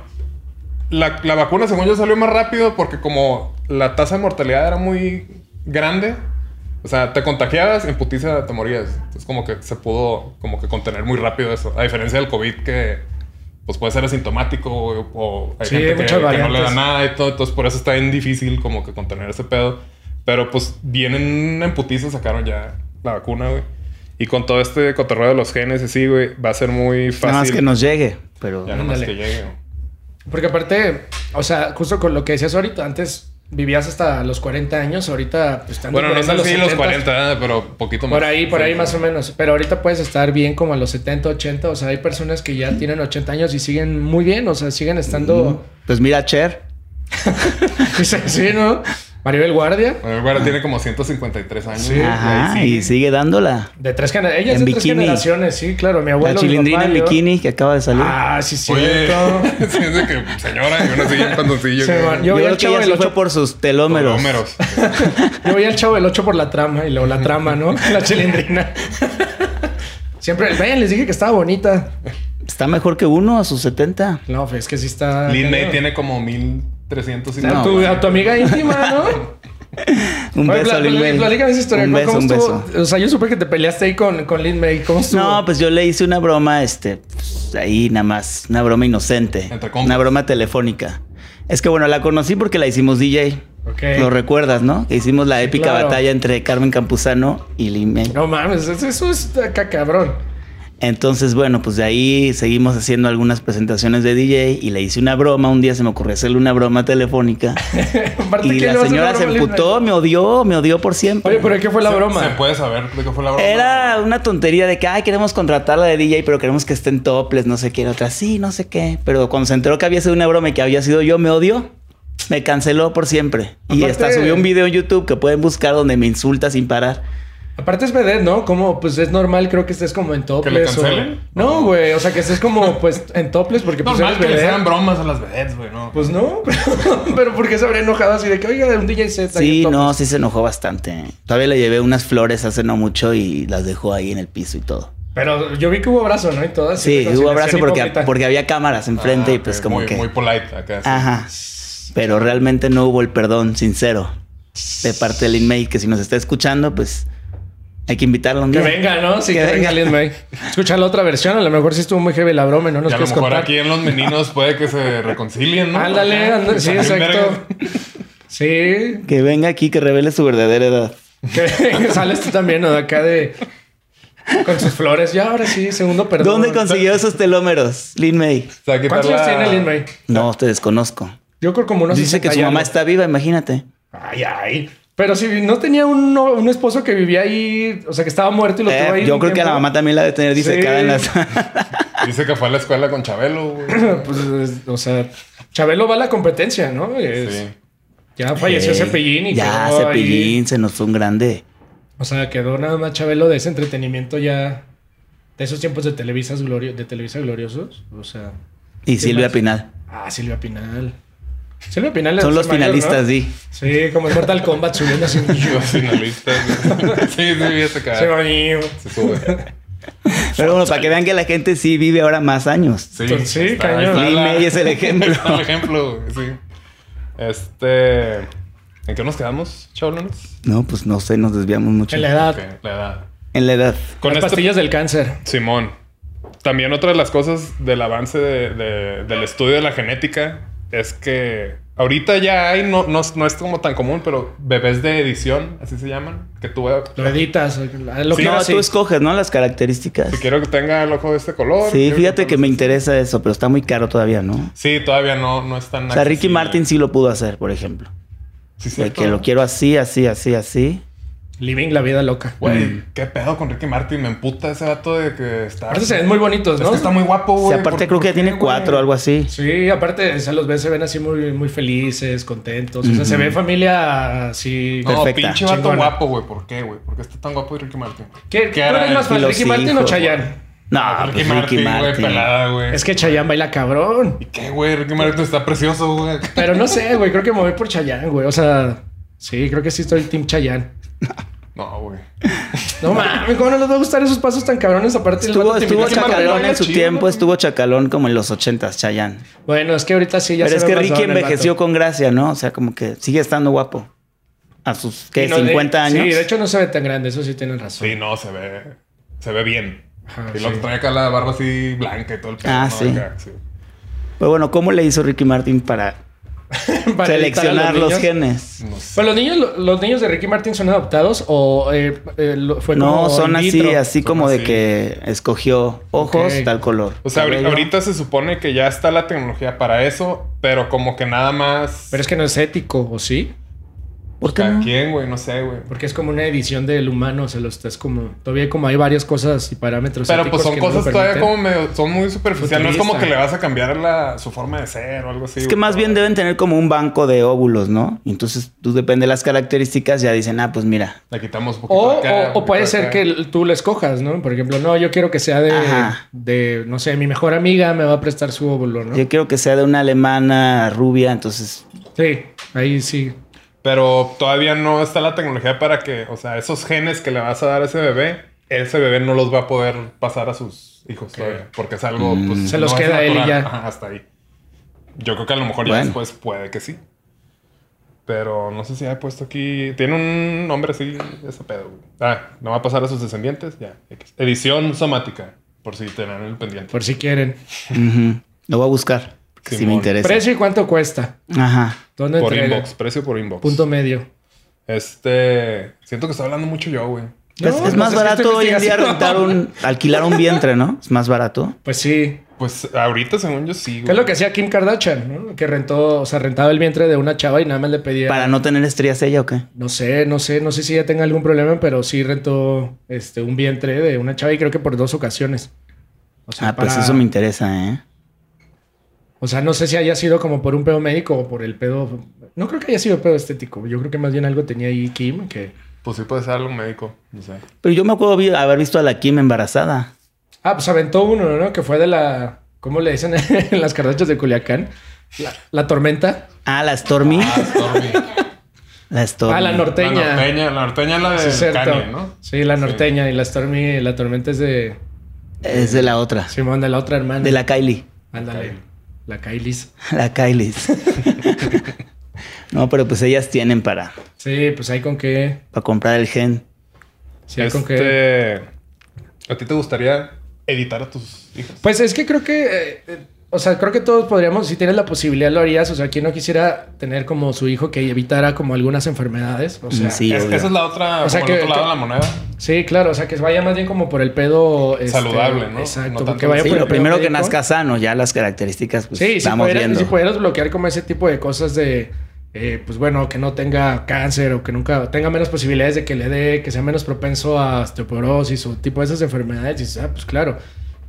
Speaker 3: la, la vacuna según yo salió más rápido porque como la tasa de mortalidad era muy grande, o sea, te contagiabas, en putiza te morías. Entonces como que se pudo como que contener muy rápido eso. A diferencia del COVID que pues puede ser asintomático o, o hay
Speaker 2: Sí,
Speaker 3: gente
Speaker 2: hay
Speaker 3: que,
Speaker 2: muchas
Speaker 3: que no le da
Speaker 2: variantes.
Speaker 3: nada Ah, y todo. Entonces por eso está bien difícil como que contener ese pedo. Pero pues vienen en putiza, sacaron ya la vacuna, güey. Y con todo este cotorreo de los genes y así, güey, va a ser muy fácil.
Speaker 4: Nada más que nos llegue, pero...
Speaker 3: Ya nomás
Speaker 2: Ándale.
Speaker 3: que llegue, güey.
Speaker 2: Porque aparte, o sea, justo con lo que decías ahorita, antes vivías hasta los 40 años, ahorita pues están de
Speaker 3: Bueno, no
Speaker 2: 40 a
Speaker 3: sé si los
Speaker 2: 70.
Speaker 3: 40, ¿eh? pero poquito más.
Speaker 2: Por ahí, por
Speaker 3: Sí.
Speaker 2: ahí más o menos. Pero ahorita puedes estar bien como a los 70, 80. O sea, hay personas que ya tienen 80 años y siguen muy bien. O sea, siguen estando...
Speaker 4: Pues mira, Cher.
Speaker 2: sí, ¿no? Maribel Guardia.
Speaker 3: Bueno, el güey ahora tiene como 153 años. güey,
Speaker 4: Ajá,
Speaker 3: sí.
Speaker 4: y sigue dándola.
Speaker 2: De tres generaciones. Ella es
Speaker 4: En
Speaker 2: de tres
Speaker 4: bikini.
Speaker 2: generaciones, sí, claro. Mi abuelo.
Speaker 4: la
Speaker 2: mi
Speaker 4: chilindrina
Speaker 2: papá,
Speaker 4: en
Speaker 2: yo.
Speaker 4: bikini que acaba de salir.
Speaker 2: Ah, sí, sí.
Speaker 3: Oye, sí, es de que, señora, y uno sigue en pantoncillo.
Speaker 2: Se
Speaker 3: güey.
Speaker 2: van- yo veía
Speaker 4: yo creo
Speaker 2: al
Speaker 4: que
Speaker 2: chavo
Speaker 4: ella
Speaker 2: del
Speaker 4: sí fue
Speaker 2: 8.
Speaker 4: por sus
Speaker 3: Por
Speaker 4: telómeros.
Speaker 3: Números.
Speaker 2: Yo veía al chavo del 8 por la trama y luego la trama, ¿no? La chilindrina. Siempre, vean, les dije que estaba bonita.
Speaker 4: Está mejor que uno a sus 70.
Speaker 2: No, pues, es que sí está.
Speaker 3: Lin May
Speaker 2: cañón.
Speaker 3: tiene como 1300 y
Speaker 2: A
Speaker 4: Ah, No,
Speaker 2: tu,
Speaker 3: tanto.
Speaker 2: a tu amiga íntima, ¿no?
Speaker 4: Un
Speaker 2: Oye,
Speaker 4: beso,
Speaker 2: pla-
Speaker 4: Lin
Speaker 2: pla-
Speaker 4: May.
Speaker 2: Platícame esa historia.
Speaker 4: Un
Speaker 2: ¿Cómo-
Speaker 4: beso,
Speaker 2: ¿Cómo
Speaker 4: un
Speaker 2: estuvo?
Speaker 4: beso.
Speaker 2: O sea, yo supe que te peleaste ahí con, con Lin May. ¿Cómo estuvo?
Speaker 4: No, pues yo le hice una broma, este, pues, ahí nada más, una broma inocente.
Speaker 3: Entre compas.
Speaker 4: Una broma telefónica. Es que bueno, la conocí porque la hicimos DJ.
Speaker 2: Ok.
Speaker 4: Lo recuerdas, ¿no? Que hicimos la épica
Speaker 2: claro.
Speaker 4: batalla entre Carmen Campuzano y Lin May.
Speaker 2: No mames, eso- eso es acá cabrón.
Speaker 4: Entonces, bueno, pues de ahí seguimos haciendo algunas presentaciones de DJ y le hice una broma. Un día se me ocurrió hacerle una broma telefónica.
Speaker 2: Aparte,
Speaker 4: y
Speaker 2: ¿qué le
Speaker 4: la
Speaker 2: vas a hacer
Speaker 4: señora
Speaker 2: la
Speaker 4: se
Speaker 2: broma a Lin
Speaker 4: emputó,
Speaker 2: May?
Speaker 4: me odió, me odió por siempre.
Speaker 2: Oye, pero ¿qué fue la
Speaker 3: Se-
Speaker 2: broma?
Speaker 3: Se puede saber de qué fue la broma.
Speaker 4: Era una tontería de que, ay, queremos contratarla de DJ, pero queremos que esté en topless, no sé qué, la otra, sí, no sé qué. Pero cuando se enteró que había sido una broma y que había sido yo, me odió. Me canceló por siempre. Y
Speaker 2: Aparte-
Speaker 4: hasta subió un video en YouTube que pueden buscar donde me insulta sin parar.
Speaker 2: Aparte es vedette, ¿no? Como, pues es normal, creo que estés como en topless.
Speaker 3: le
Speaker 2: o-
Speaker 3: cancelen?
Speaker 2: No, güey. O sea, que estés como, pues, en topless porque pues
Speaker 3: Normal
Speaker 2: eres
Speaker 3: que le
Speaker 2: vedette.
Speaker 3: hagan bromas a las vedettes, güey, ¿no?
Speaker 2: Pues no, pero, pero ¿por qué se habría enojado así de que, oiga, un DJ set? ahí en
Speaker 4: Sí, no,
Speaker 2: topless?
Speaker 4: sí se enojó bastante. Todavía le llevé unas flores hace no mucho y las dejó ahí en el piso y todo.
Speaker 2: Pero yo vi que hubo abrazo, ¿no? Y todas.
Speaker 4: Sí, hubo abrazo porque,
Speaker 2: hipócrita.
Speaker 4: porque había cámaras enfrente y pues
Speaker 3: Ah,
Speaker 4: como
Speaker 3: muy,
Speaker 4: que...
Speaker 3: Muy polite acá. sí.
Speaker 4: Ajá. Pero realmente no hubo el perdón sincero de parte del inmate que si nos está escuchando, pues hay que invitarlo un
Speaker 2: Que
Speaker 4: día.
Speaker 2: venga, ¿no? Sí, que,
Speaker 4: Que
Speaker 2: venga
Speaker 4: venga.
Speaker 2: Lin May. Escucha la otra versión, a lo mejor sí estuvo muy heavy la broma y no nos
Speaker 3: Y a lo
Speaker 2: quieres
Speaker 3: mejor
Speaker 2: contar.
Speaker 3: aquí en los meninos puede que se reconcilien, ¿no?
Speaker 2: Ándale,
Speaker 3: Acá,
Speaker 2: ándale, sí,
Speaker 3: salen
Speaker 2: exacto.
Speaker 3: vergas.
Speaker 2: Sí,
Speaker 4: Que venga aquí, que revele su verdadera edad.
Speaker 2: que sales tú también, ¿no? De acá de... Con sus flores, ya ahora sí, segundo perdón.
Speaker 4: ¿Dónde consiguió esos telómeros, Lin May?
Speaker 3: O sea, quitar
Speaker 2: ¿Cuántos
Speaker 3: la-
Speaker 2: años tiene Lin May?
Speaker 4: No, te desconozco.
Speaker 2: Yo creo como unos
Speaker 4: Dice que
Speaker 2: 60
Speaker 4: su
Speaker 2: y
Speaker 4: mamá
Speaker 2: algo.
Speaker 4: está viva, imagínate.
Speaker 2: Ay, ay. Pero si no tenía un, no- un esposo que vivía ahí, o sea, que estaba muerto y lo tuvo
Speaker 4: Eh,
Speaker 2: ahí.
Speaker 4: yo
Speaker 2: un
Speaker 4: creo que a la
Speaker 2: tiempo.
Speaker 4: mamá también la debe tener disecada
Speaker 2: Sí.
Speaker 4: en las...
Speaker 3: Dice que fue a la escuela con Chabelo, güey.
Speaker 2: Pues, es- o sea, Chabelo va a la competencia, ¿no? Es-
Speaker 3: Sí.
Speaker 2: Ya falleció
Speaker 4: Eh,
Speaker 2: Cepillín y
Speaker 4: Ya,
Speaker 2: quedó ahí.
Speaker 4: Cepillín se nos fue un grande.
Speaker 2: O sea, quedó nada más Chabelo de ese entretenimiento ya. De esos tiempos de, televisas glorio, de Televisa gloriosos. O sea.
Speaker 4: Y Silvia
Speaker 2: más?
Speaker 4: Pinal.
Speaker 2: Ah, Silvia Pinal. Silvia Pinal es
Speaker 4: Son los
Speaker 2: mayor,
Speaker 4: finalistas,
Speaker 2: ¿no?
Speaker 4: sí.
Speaker 2: Sí, como en Mortal Kombat subiendo así.
Speaker 3: Los finalistas, güey. Sí, sí, fíjate que
Speaker 2: Se va mío.
Speaker 3: se sube.
Speaker 4: Pero bueno, para que vean que la gente sí vive ahora más años.
Speaker 3: Sí,
Speaker 2: Entonces, Pues, sí,
Speaker 3: ahí está,
Speaker 2: cañón.
Speaker 3: ahí está
Speaker 4: Lin May es el ejemplo.
Speaker 3: ahí está el ejemplo, güey, sí. Este. ¿En qué nos quedamos, chavalones?
Speaker 4: No, pues no sé, nos desviamos mucho.
Speaker 2: En la edad.
Speaker 3: Ok, la edad.
Speaker 4: En la edad.
Speaker 3: Con este
Speaker 2: las
Speaker 3: esto-
Speaker 2: pastillas del cáncer.
Speaker 3: Simón. También otra de las cosas del avance de- de- del estudio de la genética es que ahorita ya hay, no, no, es- no es como tan común, pero bebés de edición, así se llaman, que tú eh,
Speaker 2: Lo editas. Lo
Speaker 3: Sí,
Speaker 2: que
Speaker 4: no,
Speaker 2: hagas,
Speaker 4: tú
Speaker 2: sí.
Speaker 4: escoges, ¿no? Las características.
Speaker 3: si quiero que tenga el ojo de este color.
Speaker 4: Sí,
Speaker 3: quiero
Speaker 4: fíjate que me
Speaker 3: tenga-
Speaker 4: interesa eso, pero está muy caro todavía, ¿no?
Speaker 3: Sí, todavía no, no es tan
Speaker 4: O sea, Ricky
Speaker 3: accesible.
Speaker 4: Martin sí lo pudo hacer, por ejemplo.
Speaker 3: Sí,
Speaker 4: De
Speaker 3: cierto.
Speaker 4: que lo quiero así, así, así, así.
Speaker 2: Living la vida loca.
Speaker 3: Güey,
Speaker 4: Mm.
Speaker 3: qué pedo con Ricky Martin. Me emputa ese vato de que está.
Speaker 2: Aparte se ven muy bonitos,
Speaker 3: Es
Speaker 2: ¿no?
Speaker 3: que está muy guapo,
Speaker 4: Sí,
Speaker 3: güey.
Speaker 4: aparte
Speaker 3: ¿Por-
Speaker 4: creo
Speaker 3: por
Speaker 4: que
Speaker 3: qué,
Speaker 4: tiene
Speaker 3: güey?
Speaker 4: cuatro o algo así.
Speaker 2: Sí, aparte, o sea, los ves se ven así muy, muy felices, contentos. O sea, se ve familia así.
Speaker 3: No,
Speaker 4: Perfecta.
Speaker 3: pinche vato
Speaker 2: Chingona.
Speaker 3: guapo, güey. ¿por qué, güey? ¿Por qué está tan guapo Ricky Martin?
Speaker 2: ¿Qué, ¿Tú
Speaker 3: hará
Speaker 2: eres más
Speaker 3: él?
Speaker 2: fan,
Speaker 4: Y los
Speaker 2: Ricky Martin o
Speaker 4: hijos,
Speaker 2: Chayanne?
Speaker 4: No,
Speaker 3: Ah,
Speaker 4: pues Ricky
Speaker 3: güey,
Speaker 4: Martin.
Speaker 3: pelada, güey.
Speaker 2: Es que Chayanne baila cabrón.
Speaker 3: ¿Y qué, güey? Ricky Martin está precioso, güey.
Speaker 2: Pero no sé, güey. Creo que me voy por Chayanne, güey. O sea, sí, creo que sí estoy Team Chayanne.
Speaker 3: No, güey.
Speaker 2: No mames, ¿cómo no les va a gustar esos pasos tan cabrones? Aparte, el
Speaker 4: Estuvo,
Speaker 2: vato te
Speaker 4: estuvo
Speaker 2: invita a que
Speaker 4: chacalón
Speaker 2: baile
Speaker 4: en su
Speaker 2: chido,
Speaker 4: tiempo,
Speaker 2: ¿no?
Speaker 4: estuvo chacalón como en los ochentas, Chayanne.
Speaker 2: Bueno, es que ahorita sí ya
Speaker 4: Pero
Speaker 2: se
Speaker 4: es
Speaker 2: ve
Speaker 4: que
Speaker 2: más
Speaker 4: Ricky
Speaker 2: don el
Speaker 4: envejeció
Speaker 2: vato.
Speaker 4: con gracia, ¿no? O sea, como que sigue estando guapo. A sus, ¿qué?
Speaker 2: Y no, de-
Speaker 4: 50 años.
Speaker 2: Sí, de hecho no se ve tan grande. Eso sí tienen razón.
Speaker 3: Sí, no, se ve. Se ve bien.
Speaker 2: Ajá,
Speaker 3: y lo
Speaker 2: sí.
Speaker 3: trae acá la barba así blanca y todo el pedo.
Speaker 4: Ah,
Speaker 3: ¿no?
Speaker 4: sí.
Speaker 3: Acá, sí.
Speaker 4: Pero bueno, ¿cómo le hizo Ricky Martin para,
Speaker 2: Para evitar a
Speaker 4: seleccionar los,
Speaker 2: niños.
Speaker 4: genes?
Speaker 3: No sé.
Speaker 2: Pero los niños, lo- los niños de Ricky Martin son adoptados o eh, eh, lo- fue como
Speaker 4: No, son
Speaker 2: in
Speaker 4: así,
Speaker 2: vitro?
Speaker 4: así como
Speaker 3: Son
Speaker 4: de
Speaker 3: así.
Speaker 4: que escogió ojos,
Speaker 2: Ok.
Speaker 4: tal color.
Speaker 3: O sea, ahorita,
Speaker 4: cabello.
Speaker 3: ahorita se supone que ya está la tecnología para eso, pero como que nada más.
Speaker 2: Pero es que no es ético, ¿o sí?
Speaker 4: ¿Por qué
Speaker 3: ¿A
Speaker 4: no?
Speaker 3: quién, güey? No sé, güey.
Speaker 2: Porque es como una edición del humano, o sea, lo estás como... Todavía como hay varias cosas y parámetros
Speaker 3: Pero
Speaker 2: éticos
Speaker 3: pues son
Speaker 2: que no lo
Speaker 3: cosas todavía
Speaker 2: permiten.
Speaker 3: como medio. Son muy superficiales. No es como que
Speaker 2: Futurista.
Speaker 3: le vas a cambiar la, su forma de ser o algo así.
Speaker 4: Es que
Speaker 3: güey.
Speaker 4: más bien deben tener como un banco de óvulos, ¿no? Entonces, tú depende de las características, ya dicen, ah, pues mira.
Speaker 3: Le quitamos un poquito
Speaker 2: O,
Speaker 3: acá,
Speaker 2: o- o
Speaker 3: un poquito
Speaker 2: puede ser
Speaker 3: acá.
Speaker 2: que l- tú la escojas, ¿no? Por ejemplo, no, yo quiero que sea de,
Speaker 4: Ajá.
Speaker 2: de, no sé, mi mejor amiga me va a prestar su óvulo, ¿no?
Speaker 4: Yo quiero que sea de una alemana rubia, entonces.
Speaker 2: Sí, ahí sí.
Speaker 3: Pero todavía no está la tecnología para que, o sea, esos genes que le vas a dar a ese bebé, ese bebé no los va a poder pasar a sus hijos todavía. Porque es algo, pues,
Speaker 2: Se los
Speaker 3: no es
Speaker 2: queda él y
Speaker 3: natural.
Speaker 2: ya.
Speaker 3: Ajá, hasta ahí. Yo creo que a lo mejor ya
Speaker 4: Bueno.
Speaker 3: después puede que sí. Pero no sé si ha puesto aquí. Tiene un nombre así, ese pedo, güey. Ah, no va a pasar a sus descendientes, ya. X. Edición somática, por si tienen el pendiente.
Speaker 2: Por si quieren.
Speaker 4: ujú, Lo voy a buscar. Si
Speaker 3: Simón.
Speaker 4: me interesa.
Speaker 2: Precio y cuánto cuesta.
Speaker 4: Ajá.
Speaker 2: ¿Dónde
Speaker 3: Por
Speaker 2: entrega?
Speaker 3: inbox, precio por inbox.
Speaker 2: Punto medio.
Speaker 3: Este. Siento que estoy hablando mucho yo, güey.
Speaker 4: Pues
Speaker 2: No,
Speaker 4: es
Speaker 2: pues
Speaker 4: más
Speaker 2: es que
Speaker 4: barato
Speaker 2: esta
Speaker 4: hoy en día
Speaker 2: investigación-
Speaker 4: rentar un, alquilar un vientre, ¿no? Es más barato.
Speaker 2: Pues sí.
Speaker 3: Pues ahorita, según yo, sí, güey.
Speaker 2: ¿Qué es lo que hacía Kim Kardashian? ¿no? Que rentó, o sea, rentaba el vientre de una chava y nada más le pedía...
Speaker 4: Para no tener estrías ella o qué.
Speaker 2: No sé, no sé, no sé si ella tenga algún problema, pero sí rentó este, un vientre de una chava y creo que por dos ocasiones. O sea,
Speaker 4: Ah, pues
Speaker 2: para-
Speaker 4: eso me interesa, ¿eh?
Speaker 2: O sea, no sé si haya sido como por un pedo médico o por el pedo. No creo que haya sido pedo estético. Yo creo que más bien algo tenía ahí Kim que.
Speaker 3: Pues sí puede ser algo médico, no sé.
Speaker 4: Pero yo me acuerdo vi- haber visto a la Kim embarazada.
Speaker 2: Ah, pues aventó uno, ¿no? Que fue de la. ¿Cómo le dicen en las cardachas de Culiacán? La, la tormenta.
Speaker 4: Ah, la Stormy. La Stormy.
Speaker 2: Ah, la
Speaker 3: La
Speaker 2: norteña.
Speaker 3: norteña, la norteña es la
Speaker 2: Sí, es
Speaker 3: de
Speaker 2: cierto.
Speaker 3: Kanye, ¿no?
Speaker 2: Sí, la norteña y la Stormy, la tormenta es de
Speaker 4: Es de la otra.
Speaker 2: Simón, de la otra hermana.
Speaker 4: De la Kylie.
Speaker 2: Ándale. La Kailis.
Speaker 4: La Kylie. no, pero pues ellas tienen para,
Speaker 2: Sí, pues hay con qué.
Speaker 4: para comprar el gen.
Speaker 2: Sí, hay con qué.
Speaker 3: Este, ¿A ti te gustaría editar a tus hijos?
Speaker 2: Pues es que creo que, eh, eh, o sea, creo que todos podríamos, si tienes la posibilidad, lo harías. O sea, quien no quisiera tener como su hijo que evitara como algunas enfermedades. O sea, sí,
Speaker 4: Sí,
Speaker 3: Es-
Speaker 4: obvio.
Speaker 3: esa es la otra,
Speaker 2: O sea,
Speaker 3: como el
Speaker 2: que-
Speaker 3: otro lado de
Speaker 2: que-
Speaker 3: la moneda.
Speaker 2: claro, o sea, que vaya más bien como por el pedo este,
Speaker 3: Saludable, ¿no? No
Speaker 2: Exacto,
Speaker 3: tanto
Speaker 2: que vaya
Speaker 4: Sí,
Speaker 2: por el
Speaker 4: lo
Speaker 2: pedo
Speaker 4: primero que
Speaker 2: médico.
Speaker 4: nazca sano, ya las características pues
Speaker 2: Sí, si
Speaker 4: estamos
Speaker 2: pudieras,
Speaker 4: viendo.
Speaker 2: si pudieras bloquear como ese tipo de cosas de, eh, pues bueno, que no tenga cáncer o que nunca tenga menos posibilidades de que le dé, que sea menos propenso a osteoporosis o tipo de esas enfermedades, dices, ah, pues claro,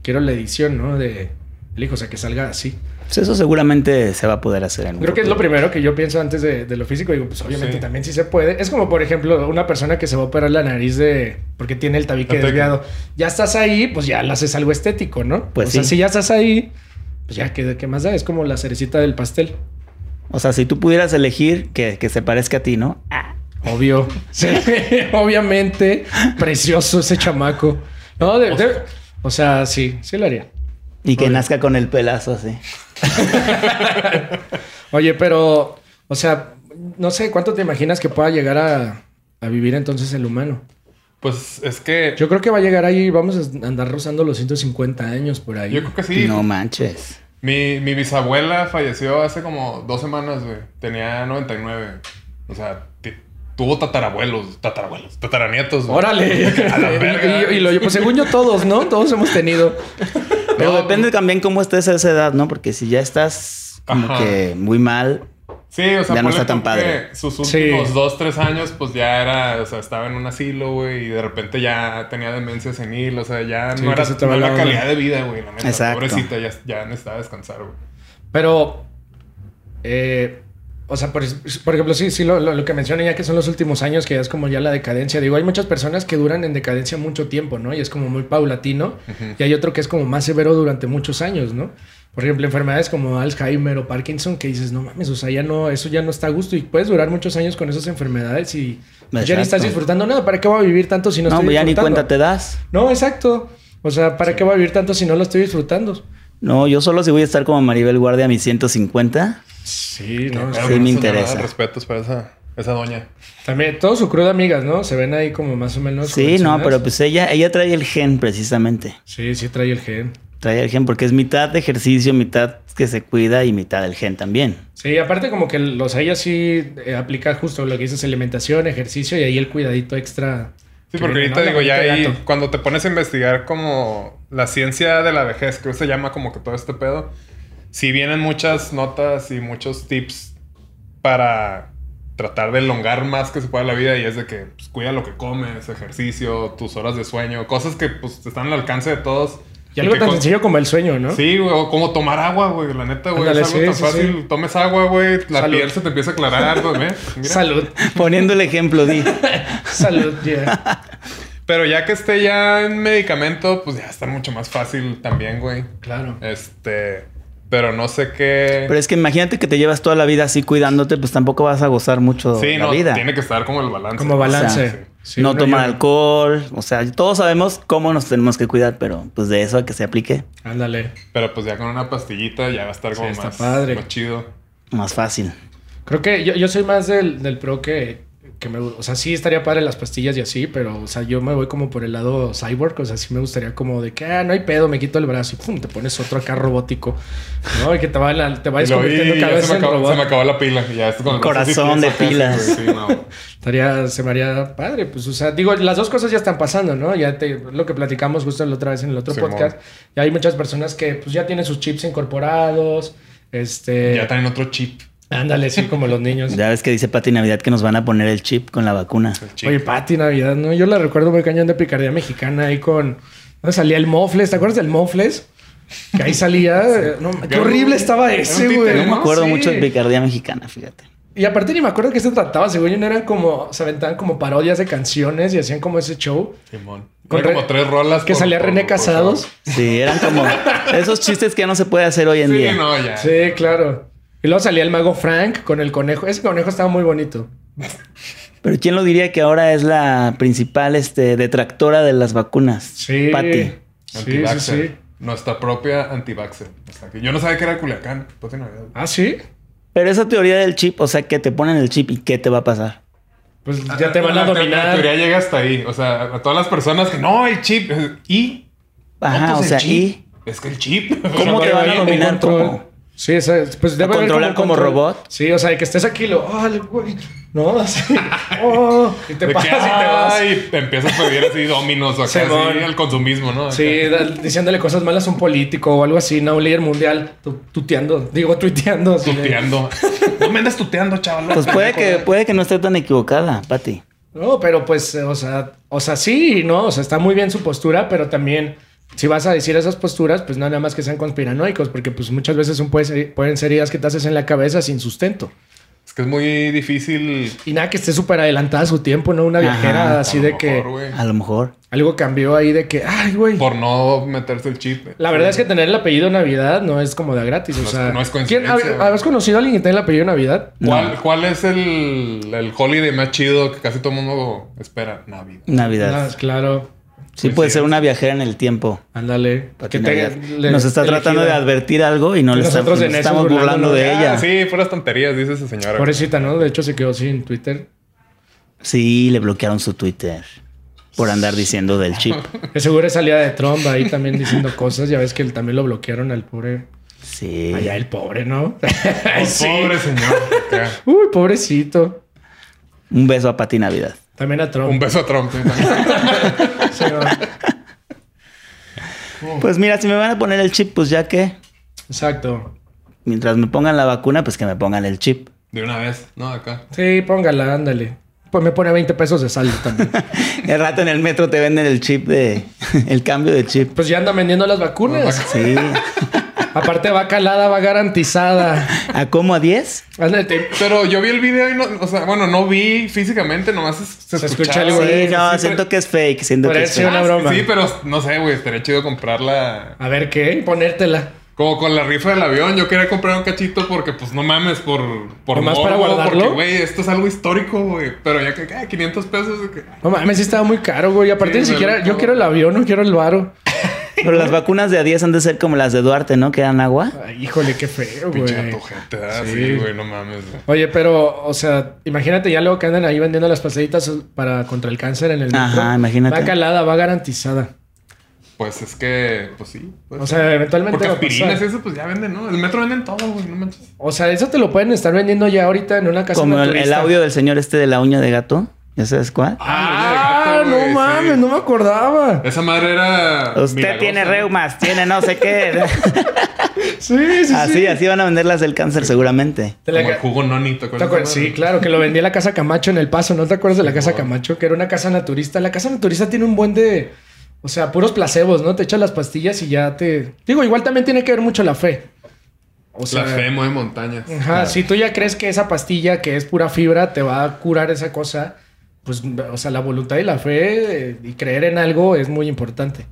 Speaker 2: quiero la edición, ¿no? De el hijo, o sea, que salga así.
Speaker 4: Pues eso seguramente se va a poder hacer en un
Speaker 2: Creo que es lo
Speaker 4: futuro.
Speaker 2: primero que yo pienso antes de, de lo físico. Digo, pues obviamente
Speaker 3: Sí.
Speaker 2: también sí se puede. Es como, por ejemplo, una persona que se va a operar la nariz de... Porque tiene el tabique
Speaker 3: Perfecto.
Speaker 2: desviado. Ya estás ahí, pues ya le haces algo estético, ¿no?
Speaker 4: Pues
Speaker 2: o sea,
Speaker 4: sí.
Speaker 2: si ya estás ahí, pues ya, ¿qué, qué más da? Es como la cerecita del pastel.
Speaker 4: O sea, si tú pudieras elegir que, que se parezca a ti, ¿no?
Speaker 2: Obvio. Sí, obviamente. Precioso ese chamaco. No, de- de- O sea, sí, sí lo haría.
Speaker 4: Y que
Speaker 2: Obvio.
Speaker 4: nazca con el pelazo así.
Speaker 2: Oye, pero... O sea, no sé, ¿cuánto te imaginas que pueda llegar a, a vivir entonces el humano?
Speaker 3: Pues es que yo,
Speaker 2: Yo creo que va a llegar ahí, vamos a andar rozando los 150 años por ahí.
Speaker 3: creo que sí.
Speaker 4: No manches.
Speaker 3: Mi, mi bisabuela falleció hace como dos semanas, güey. Tenía 99. O sea, ti- tuvo tatarabuelos, tatarabuelos, tataranietos. güey.
Speaker 2: Órale.
Speaker 3: A la verga.
Speaker 2: y, y lo- pues según yo todos, ¿no? Todos hemos tenido.
Speaker 4: Pero
Speaker 3: No,
Speaker 4: depende también cómo estés a esa edad, ¿no? Porque si ya estás como
Speaker 3: Ajá.
Speaker 4: que muy mal,
Speaker 3: Sí, o sea,
Speaker 4: Ya
Speaker 3: ponle
Speaker 4: no está tan
Speaker 3: tú
Speaker 4: padre.
Speaker 3: que Sus últimos
Speaker 2: Sí.
Speaker 3: dos, tres años, pues ya era, o sea, estaba en un asilo, güey, y de repente ya tenía demencia senil, o sea, ya
Speaker 2: Sí,
Speaker 3: no
Speaker 2: que
Speaker 3: era,
Speaker 2: se te
Speaker 3: no
Speaker 2: va
Speaker 3: era
Speaker 2: la
Speaker 3: calidad
Speaker 2: onda.
Speaker 3: de vida, güey, la neta.
Speaker 4: Exacto.
Speaker 3: Pobrecita, ya, ya necesitaba descansar, güey.
Speaker 2: Pero, eh, o sea, por, por ejemplo, sí, sí, lo, lo- lo que mencioné ya que son los últimos años, que ya es como ya la decadencia. Digo, hay muchas personas que duran en decadencia mucho tiempo, ¿no? Y es como muy paulatino. Y hay otro que es como más severo durante muchos años, ¿no? Por ejemplo, enfermedades como Alzheimer o Parkinson, que dices, no mames, o sea, ya no, eso ya no está a gusto. Y puedes durar muchos años con esas enfermedades y pues, ya ni
Speaker 4: Exacto.
Speaker 2: estás disfrutando nada. ¿Para qué voy a vivir tanto si no,
Speaker 4: No,
Speaker 2: estoy
Speaker 4: pues ya ni
Speaker 2: disfrutando?
Speaker 4: cuenta te das.
Speaker 2: No, exacto. O sea, ¿para qué voy a vivir tanto si no lo estoy disfrutando?
Speaker 4: No, yo solo si voy a estar como Maribel Guardia a mis 150.
Speaker 2: Sí, no,
Speaker 3: Pero
Speaker 4: sí
Speaker 3: no se le
Speaker 4: me
Speaker 3: da
Speaker 4: interesa.
Speaker 3: Respetos para esa, esa doña.
Speaker 2: También, todo su crew de amigas, ¿no? Se ven ahí como más o menos.
Speaker 4: Sí, no,
Speaker 2: jovenzonas.
Speaker 4: pero pues ella, ella trae el gen precisamente.
Speaker 2: Sí, sí trae el gen.
Speaker 4: Trae el gen porque es mitad de ejercicio, mitad que se cuida y mitad del gen también.
Speaker 2: Sí, aparte como que los a ella sí eh, aplica justo lo que dices, alimentación, ejercicio y ahí el cuidadito extra. que
Speaker 3: Sí, porque
Speaker 2: viene,
Speaker 3: ahorita
Speaker 2: ¿no? La
Speaker 3: digo, ya
Speaker 2: manita de
Speaker 3: ahí,
Speaker 2: gato.
Speaker 3: cuando te pones a investigar como la ciencia de la vejez, creo que se llama como que todo este pedo, si vienen muchas notas y muchos tips para tratar de elongar más que se pueda la vida y es de que pues, cuida lo que comes, ejercicio, tus horas de sueño, cosas que pues están al alcance de todos.
Speaker 2: Y algo
Speaker 3: que
Speaker 2: tan
Speaker 3: con-
Speaker 2: sencillo como el sueño, ¿no?
Speaker 3: Sí, güey, o como tomar agua, güey, la neta, güey,
Speaker 2: Ándale,
Speaker 3: es algo
Speaker 2: sí,
Speaker 3: tan
Speaker 2: sí,
Speaker 3: fácil.
Speaker 2: sí.
Speaker 3: Tomes agua, güey, la
Speaker 2: Salud.
Speaker 3: piel se te empieza a aclarar, güey, ve, mira.
Speaker 2: Salud,
Speaker 4: Poniendo el ejemplo, di.
Speaker 2: salud, yeah.
Speaker 3: Pero ya que esté ya en medicamento, pues ya está mucho más fácil también, güey.
Speaker 2: Claro.
Speaker 3: Este, pero no sé qué.
Speaker 4: Pero es que imagínate que te llevas toda la vida así cuidándote, pues tampoco vas a gozar mucho
Speaker 3: sí,
Speaker 4: la
Speaker 3: no,
Speaker 4: vida.
Speaker 3: tiene que estar como el balance.
Speaker 2: Como balance.
Speaker 4: O
Speaker 3: sea,
Speaker 2: Sí,
Speaker 4: no
Speaker 2: uno
Speaker 4: tomar
Speaker 2: lleva-
Speaker 4: alcohol, o sea, todos sabemos cómo nos tenemos que cuidar, pero pues de eso a que se aplique,
Speaker 2: Ándale.
Speaker 3: Pero pues ya con una pastillita ya va a estar como
Speaker 2: está
Speaker 3: más,
Speaker 2: padre.
Speaker 3: más chido.
Speaker 4: más fácil.
Speaker 2: Creo que yo, yo soy más del, del pro que, que me gusta. O sea, sí estaría padre las pastillas y así, pero, o sea, yo me voy como por el lado cyborg. O sea, sí me gustaría como de que, ah, no hay pedo, me quito el brazo y pum, te pones otro acá robótico. ¿No? Y que te, va la- te vayas
Speaker 3: Y lo vi
Speaker 2: convirtiendo
Speaker 3: y
Speaker 2: cada
Speaker 3: ya
Speaker 2: vez
Speaker 3: se me,
Speaker 2: en
Speaker 3: acabó,
Speaker 2: robot.
Speaker 3: se me acabó la pila. Ya es con el
Speaker 4: Corazón
Speaker 3: brazo así
Speaker 4: de
Speaker 3: tieso,
Speaker 4: pilas.
Speaker 3: casi, güey, sí, no.
Speaker 2: Estaría, se me haría padre. Pues, o sea, digo, las dos cosas ya están pasando, ¿no? Ya te, lo que platicamos justo la otra vez en el otro
Speaker 3: Simón.
Speaker 2: podcast. Ya hay muchas personas que, pues, ya tienen sus chips incorporados. Este.
Speaker 3: Ya traen otro chip.
Speaker 2: Ándale, sí, como los niños.
Speaker 4: Ya ves que dice Pati Navidad que nos van a poner el chip con la vacuna.
Speaker 3: el chip.
Speaker 2: Oye, Pati, Navidad, ¿no? Yo la recuerdo muy cañón de picardía mexicana ahí con... ¿no? Salía el Mofles, ¿te acuerdas del Mofles? Que ahí salía... eh, no, qué
Speaker 3: Era un-
Speaker 2: horrible estaba
Speaker 3: era un
Speaker 2: ese,
Speaker 3: títere,
Speaker 2: güey.
Speaker 4: no me
Speaker 2: ¿no?
Speaker 4: acuerdo
Speaker 2: Sí.
Speaker 4: mucho de picardía mexicana, fíjate.
Speaker 2: Y aparte ni me acuerdo de qué se trataba, según yo, no eran como... Se aventaban como parodias de canciones y hacían como ese show.
Speaker 3: Simón.
Speaker 2: Con
Speaker 3: Con
Speaker 2: Re-
Speaker 3: como tres rolas.
Speaker 2: Que
Speaker 3: por-
Speaker 2: salía
Speaker 3: por-
Speaker 2: René
Speaker 3: por-
Speaker 2: Casados.
Speaker 4: Sí, eran como esos chistes que ya no se puede hacer hoy en
Speaker 3: Sí,
Speaker 4: día.
Speaker 3: no, ya.
Speaker 2: Sí, claro. Y luego salía el mago Frank con el conejo. Ese conejo estaba muy bonito.
Speaker 4: Pero quién lo diría que ahora es la principal este, detractora de las vacunas.
Speaker 2: Sí.
Speaker 4: Pati.
Speaker 2: Sí, sí,
Speaker 3: Antivaxxer.
Speaker 2: sí.
Speaker 3: Nuestra propia antivaxer. O sea, que yo no sabía que era Culiacán. pues, Pati Navidad.
Speaker 2: ¿Ah, sí?
Speaker 4: Pero esa teoría del chip, o sea, que te ponen el chip y qué te va a pasar.
Speaker 2: Pues ya te van
Speaker 3: La-
Speaker 2: a
Speaker 3: la- La
Speaker 2: dominar.
Speaker 3: teoría llega hasta ahí. O sea, a todas las personas que no, el chip. ¿Y?
Speaker 4: Ajá,
Speaker 3: No,
Speaker 4: o
Speaker 3: pues,
Speaker 4: sea,
Speaker 3: el chip.
Speaker 4: y
Speaker 3: Es que el chip.
Speaker 4: ¿Cómo te van a dominar? ¿Cómo?
Speaker 2: Sí, esa- pues debe haber
Speaker 4: controlar
Speaker 2: un
Speaker 4: como
Speaker 2: control.
Speaker 4: robot?
Speaker 2: Sí, o sea, de que estés aquí lo, ¡ah, el güey! No, así. ¡Oh! Y te
Speaker 3: Te
Speaker 2: pasas y te vas.
Speaker 3: y te empiezas a pedir así dominos o acá,
Speaker 2: Simón.
Speaker 3: así, el consumismo, ¿no? Acá.
Speaker 2: Sí, da- diciéndole cosas malas a un político o algo así, no, un líder mundial, tu- tuteando, digo, tuiteando. así de-
Speaker 3: Tuteando. no me andas tuteando, chaval.
Speaker 4: pues puede que, puede que no esté tan equivocada, Pati.
Speaker 2: No, pero pues, eh, o sea, o sea, sí, no, o sea, está muy bien su postura, pero también si vas a decir esas posturas, pues no nada más que sean conspiranoicos, porque pues muchas veces son, puede ser- pueden ser ideas que te haces en la cabeza sin sustento.
Speaker 3: Es que es muy difícil.
Speaker 2: Y nada, que esté súper adelantada a su tiempo, ¿no? Una viajera
Speaker 4: Ajá,
Speaker 2: así
Speaker 3: a lo
Speaker 2: de que...
Speaker 3: mejor, güey,
Speaker 4: A lo mejor.
Speaker 2: Algo cambió ahí de que, ay, güey.
Speaker 3: Por no meterse el chip.
Speaker 2: La verdad es que tener el apellido Navidad no es como de a gratis. O
Speaker 3: No es-
Speaker 2: sea,
Speaker 3: no es
Speaker 2: ¿quién-
Speaker 3: coincidencia,
Speaker 2: hab-
Speaker 3: güey.
Speaker 2: ¿Habías conocido a alguien que tenga el apellido Navidad?
Speaker 3: ¿Cuál, ¿Cuál es el, el holiday más chido que casi todo el mundo espera? Navidad.
Speaker 4: Navidad.
Speaker 2: Ah, claro.
Speaker 4: sí, puede ser una viajera en el tiempo.
Speaker 2: Ándale.
Speaker 4: Pati
Speaker 2: que
Speaker 4: Navidad.
Speaker 2: tenga- le-
Speaker 4: nos está tratando de
Speaker 2: elegida.
Speaker 4: advertir algo y no
Speaker 2: Y
Speaker 4: le estamos,
Speaker 2: nosotros en
Speaker 4: nos
Speaker 2: eso
Speaker 4: estamos burlando
Speaker 2: burlándonos.
Speaker 4: de
Speaker 3: Ah,
Speaker 4: ella. Sí.
Speaker 3: sí, puras tonterías, dice esa señora.
Speaker 2: Pobrecita, ¿no? De hecho, se quedó sin Twitter.
Speaker 4: le bloquearon su Twitter por andar diciendo del chip.
Speaker 2: Que seguro es salida de Trump ahí también diciendo cosas. Ya ves que él, también lo bloquearon al pobre.
Speaker 4: Sí.
Speaker 2: Allá el pobre, ¿no?
Speaker 3: Oh, Pobre señor. acá.
Speaker 2: Uy, pobrecito.
Speaker 4: Un beso a Pati Navidad.
Speaker 2: También a Trump.
Speaker 3: Un beso a Trump. sí, también.
Speaker 2: Sí, ¿no?
Speaker 4: Pues mira, si me van a poner el chip, pues ya que.
Speaker 2: Exacto.
Speaker 4: Mientras me pongan la vacuna, pues que me pongan el chip.
Speaker 3: De una vez, ¿no? Acá.
Speaker 2: Sí, póngala, ándale. Pues me pone 20 pesos de saldo también.
Speaker 4: El rato en el metro te venden el chip de. El cambio de chip.
Speaker 2: pues ya andan vendiendo las vacunas.
Speaker 4: Sí.
Speaker 2: Aparte va calada, va garantizada.
Speaker 4: ¿A cómo a 10?
Speaker 2: Ándale,
Speaker 3: Pero yo vi el video y no, o sea, bueno, no vi físicamente, nomás es- se,
Speaker 2: Se escucha
Speaker 3: escuchaba.
Speaker 2: algo,
Speaker 3: güey.
Speaker 4: Sí,
Speaker 2: güey,
Speaker 4: no,
Speaker 3: sí, Ah,
Speaker 4: siento que es fake. Siento
Speaker 2: Por
Speaker 4: que
Speaker 2: haber
Speaker 4: es
Speaker 2: sido
Speaker 4: fake.
Speaker 2: una broma.
Speaker 3: Sí, pero no sé, güey, estaría chido comprarla.
Speaker 2: A ver qué, ponértela.
Speaker 3: Como con la rifa del avión, yo quería comprar un cachito porque, pues, no mames, por... Por
Speaker 2: ¿Nomás para
Speaker 3: morbo,
Speaker 2: guardarlo?
Speaker 3: Porque, güey, esto es algo histórico, güey. Pero ya que, ah, 500 pesos... de que-
Speaker 2: No mames, sí estaba muy caro, güey. Aparte
Speaker 3: Sí,
Speaker 2: ni
Speaker 3: me
Speaker 2: siquiera,
Speaker 3: gustó.
Speaker 2: yo quiero el avión, no quiero el varo.
Speaker 4: Pero las vacunas de a 10 han de ser como las de Duarte, ¿no? Que dan agua.
Speaker 2: Ay, híjole, qué feo, güey.
Speaker 3: Pinche gato, gente. ah,
Speaker 2: Sí.
Speaker 3: Sí, güey, no mames, güey.
Speaker 2: Oye, pero, o sea, imagínate ya luego que andan ahí vendiendo las pasaditas para contra el cáncer en el metro.
Speaker 4: Ajá, imagínate.
Speaker 2: Va calada, va garantizada.
Speaker 3: Pues es que, pues sí. pues,
Speaker 2: O sea, eventualmente
Speaker 3: porque
Speaker 2: va a pasar.
Speaker 3: aspirinas y eso, pues ya venden, ¿no? El metro venden todo, güey, no manches.
Speaker 2: O sea, eso te lo pueden estar vendiendo ya ahorita en una casa
Speaker 4: Como el, el
Speaker 2: naturista.
Speaker 4: audio del señor este de la uña de gato. ¿Ya sabes cuál?
Speaker 2: Ah,
Speaker 3: Ah,
Speaker 2: no
Speaker 3: güey,
Speaker 2: mames,
Speaker 3: sí.
Speaker 2: no me acordaba.
Speaker 3: Esa madre era.
Speaker 2: Ah,
Speaker 4: Usted
Speaker 3: milagrosa,
Speaker 4: tiene
Speaker 3: ¿no?
Speaker 4: reumas, tiene no sé qué.
Speaker 2: Sí, sí,
Speaker 4: así,
Speaker 2: sí.
Speaker 4: Ah, así van a vender las del cáncer seguramente.
Speaker 2: Te la-
Speaker 3: Como el jugo noni, ¿te
Speaker 2: ¿Te
Speaker 3: acuerdas?
Speaker 2: acuerdas?
Speaker 3: de esa
Speaker 2: Sí,
Speaker 3: madre?
Speaker 2: claro, que lo vendía la casa Camacho en El Paso. ¿No te acuerdas de la casa
Speaker 3: No.
Speaker 2: Camacho? Que era una casa naturista. La casa naturista tiene un buen de... O sea, puros placebos, ¿no? Te echas las pastillas y ya te... Digo, igual también tiene que ver mucho la fe. O sea,
Speaker 3: La fe mueve montañas.
Speaker 2: Ajá, si tú ya crees que esa pastilla que es pura fibra te va a curar esa cosa, pues, o sea, la voluntad y la fe eh, y creer en algo es muy importante.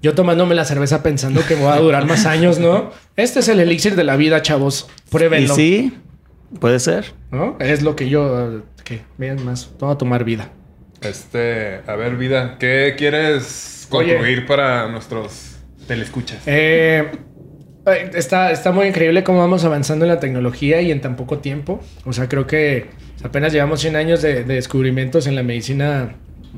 Speaker 2: Yo tomándome la cerveza pensando que me va a durar más años, ¿no? Este es el elixir de la vida, chavos.
Speaker 4: Y
Speaker 2: Pruébenlo.
Speaker 4: sí, puede ser.
Speaker 2: ¿No? Es lo que yo... eh, Que vean más. Todo a tomar vida.
Speaker 3: Este, a ver, vida, ¿qué quieres
Speaker 2: Oye.
Speaker 3: concluir para nuestros telescuchas?
Speaker 2: Eh, eh, está, está muy increíble cómo vamos avanzando en la tecnología y en tan poco tiempo. O sea, creo que apenas llevamos 100 años de, de descubrimientos en la medicina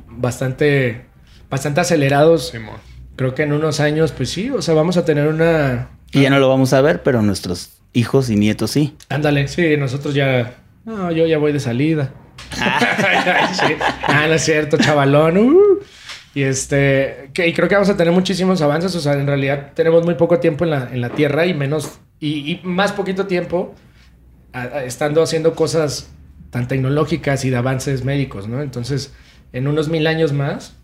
Speaker 2: bastante, bastante acelerados.
Speaker 3: Simón.
Speaker 2: Creo que en unos años, pues sí, o sea, vamos a tener una...
Speaker 4: Y ya no lo vamos a ver, pero nuestros hijos y nietos sí.
Speaker 2: Ándale, sí, nosotros ya... No, yo ya voy de salida. Ay, sí. Ah, no es cierto, chavalón. uh. Y este, que, y creo que vamos a tener muchísimos avances. O sea, en realidad tenemos muy poco tiempo en la, en la Tierra y menos, y, y más poquito tiempo a- a- estando haciendo cosas tan tecnológicas y de avances médicos, ¿no? Entonces, en unos mil años más,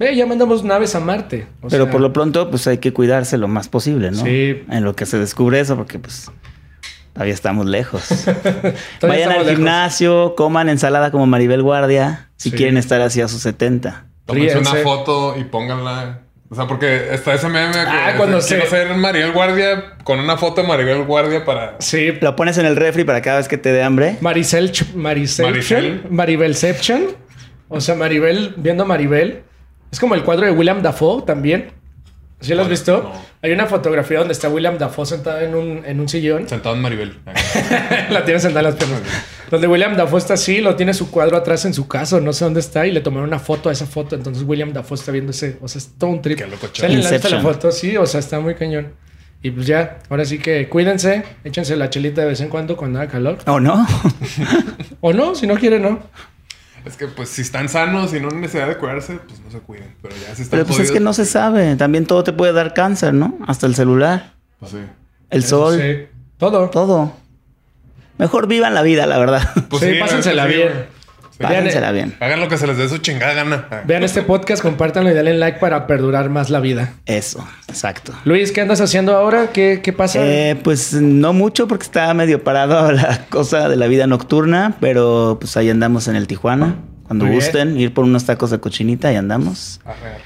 Speaker 2: ve, ya mandamos naves a Marte. O
Speaker 4: pero
Speaker 2: sea,
Speaker 4: por lo pronto, pues hay que cuidarse lo más posible, ¿no?
Speaker 2: Sí.
Speaker 4: En lo que se descubre eso, porque pues todavía estamos lejos.
Speaker 2: todavía
Speaker 4: Vayan al
Speaker 2: estamos lejos.
Speaker 4: gimnasio, coman ensalada como Maribel Guardia, si
Speaker 2: Sí.
Speaker 4: quieren estar hacia sus 70.
Speaker 3: Tómense una
Speaker 2: Ríanse.
Speaker 3: foto y pónganla. O sea, porque está ese meme que
Speaker 2: Ah, cuando
Speaker 3: quiero
Speaker 2: se-
Speaker 3: ser Maribel Guardia con una foto de Maribel Guardia para
Speaker 2: Sí,
Speaker 4: Lo pones en el refri para cada vez que te dé hambre.
Speaker 2: Maricel, Ch- Maricelception,
Speaker 3: Maricel.
Speaker 2: Maribelception. O sea, Maribel, viendo a Maribel. Es como el cuadro de William Dafoe también. ¿Sí lo has
Speaker 3: No,
Speaker 2: visto?
Speaker 3: no.
Speaker 2: Hay una fotografía donde está William Dafoe sentado en un, en un sillón.
Speaker 3: sentado en Maribel.
Speaker 2: la tiene sentada en las piernas. Donde William Dafoe está así, lo tiene su cuadro atrás en su casa, o no sé dónde está, y le tomaron una foto a esa foto. Entonces William Dafoe está viendo ese. O sea, es todo un trip.
Speaker 3: Qué loco,
Speaker 2: Sale en la lista la
Speaker 4: Inception.
Speaker 2: foto, sí, o sea, está muy cañón. Y pues ya, ahora sí que cuídense, échense la chelita de vez en cuando cuando haga calor.
Speaker 4: ¿O no?
Speaker 2: O no, si no quiere, no.
Speaker 3: es que pues si están sanos y no hay necesidad de curarse, pues no se cuiden. Pero ya si están
Speaker 4: pero pues es
Speaker 3: jodidos,
Speaker 4: que no se sabe. También todo te puede dar cáncer, ¿no? Hasta el celular,
Speaker 3: pues, sí.
Speaker 4: el
Speaker 2: Eso
Speaker 4: sol,
Speaker 2: sí. Todo.
Speaker 4: todo. Mejor vivan la vida, la verdad.
Speaker 3: Pues
Speaker 2: Sí,
Speaker 3: la
Speaker 2: pásensela
Speaker 3: neta, sí,
Speaker 2: bien.
Speaker 3: güey. Sí.
Speaker 2: Vean,
Speaker 4: Pásensela bien.
Speaker 3: Hagan lo que se les dé su chingada gana.
Speaker 2: Vean este podcast, compártanlo y denle like para perdurar más la vida.
Speaker 4: Eso, exacto.
Speaker 2: Luis, ¿qué andas haciendo ahora? ¿Qué, qué pasa?
Speaker 4: Eh, pues no mucho porque está medio parado la cosa de la vida nocturna, pero pues ahí andamos en el Tijuana. Cuando
Speaker 2: Muy bien.
Speaker 4: gusten, ir por unos tacos de cochinita y andamos.
Speaker 3: Arre, arre.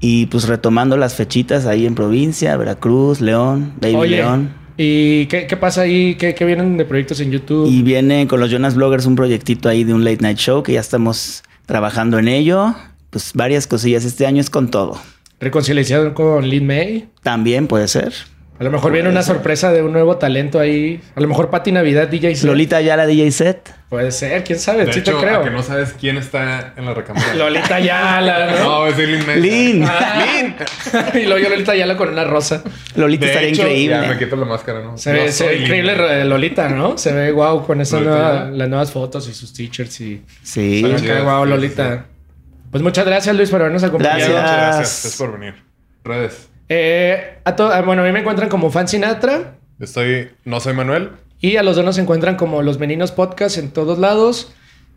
Speaker 4: Y pues retomando las fechitas ahí en provincia, Veracruz, León, Baby
Speaker 2: Oye,
Speaker 4: León.
Speaker 2: ¿y qué, qué pasa ahí? ¿Qué, qué vienen de proyectos en YouTube?
Speaker 4: Y viene con los Jonas Bloggers un proyectito ahí de un late night show que ya estamos trabajando en ello. Pues varias cosillas. Este año es con todo.
Speaker 2: ¿Reconciliación con Lin May?
Speaker 4: También puede ser.
Speaker 2: A lo mejor viene una sorpresa de un nuevo talento ahí. A lo mejor Pati Navidad, DJ Set.
Speaker 4: Lolita Yala, DJ Set.
Speaker 2: Puede ser, quién sabe,
Speaker 3: De
Speaker 2: sí
Speaker 3: hecho,
Speaker 2: te creo.
Speaker 3: a que no sabes quién está en la recámara.
Speaker 2: Lolita Yala, ¿no?
Speaker 3: No, es Lin May.
Speaker 4: Lin.
Speaker 2: Ah, y luego yo Lolita Yala con una rosa.
Speaker 4: Lolita
Speaker 3: De
Speaker 4: estaría
Speaker 3: hecho,
Speaker 4: increíble.
Speaker 3: Ya me quito la máscara, ¿no?
Speaker 2: Se
Speaker 3: Yo
Speaker 2: ve, se
Speaker 3: soy
Speaker 2: ve
Speaker 3: Lin
Speaker 2: increíble
Speaker 3: May.
Speaker 2: eh, Lolita, ¿no? Se ve guau con esas
Speaker 3: Lolita,
Speaker 2: nuevas,
Speaker 3: ¿no?
Speaker 2: las nuevas fotos y sus teachers y...
Speaker 4: Sí.
Speaker 3: Para
Speaker 2: Acá,
Speaker 3: Sí, sí,
Speaker 2: guau,
Speaker 3: sí,
Speaker 2: Lolita. Pues muchas gracias, Luis, por habernos acompañado.
Speaker 3: Muchas
Speaker 4: Gracias.
Speaker 3: gracias. Es por venir. Redes.
Speaker 2: Eh, a to- ah, bueno, a mí me encuentran como Fan Sinatra.
Speaker 3: Yo soy... No soy Manuel.
Speaker 2: Y a los dos nos encuentran como Los Meninos Podcast en todos lados.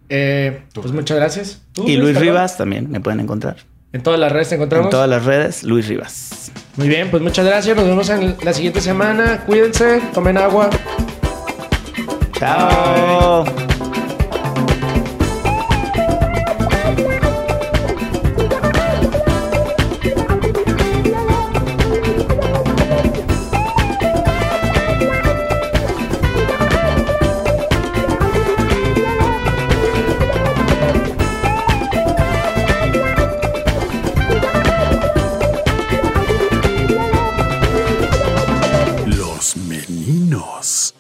Speaker 2: Eh, pues muchas gracias. Tú,
Speaker 4: Y Luis
Speaker 2: perdón.
Speaker 4: Rivas también me pueden encontrar.
Speaker 2: En todas las redes te encontramos.
Speaker 4: En todas las redes, Luis Rivas.
Speaker 2: Muy bien, pues muchas gracias. Nos vemos en la siguiente semana. Cuídense, tomen agua.
Speaker 4: Chao.
Speaker 1: Los meninos.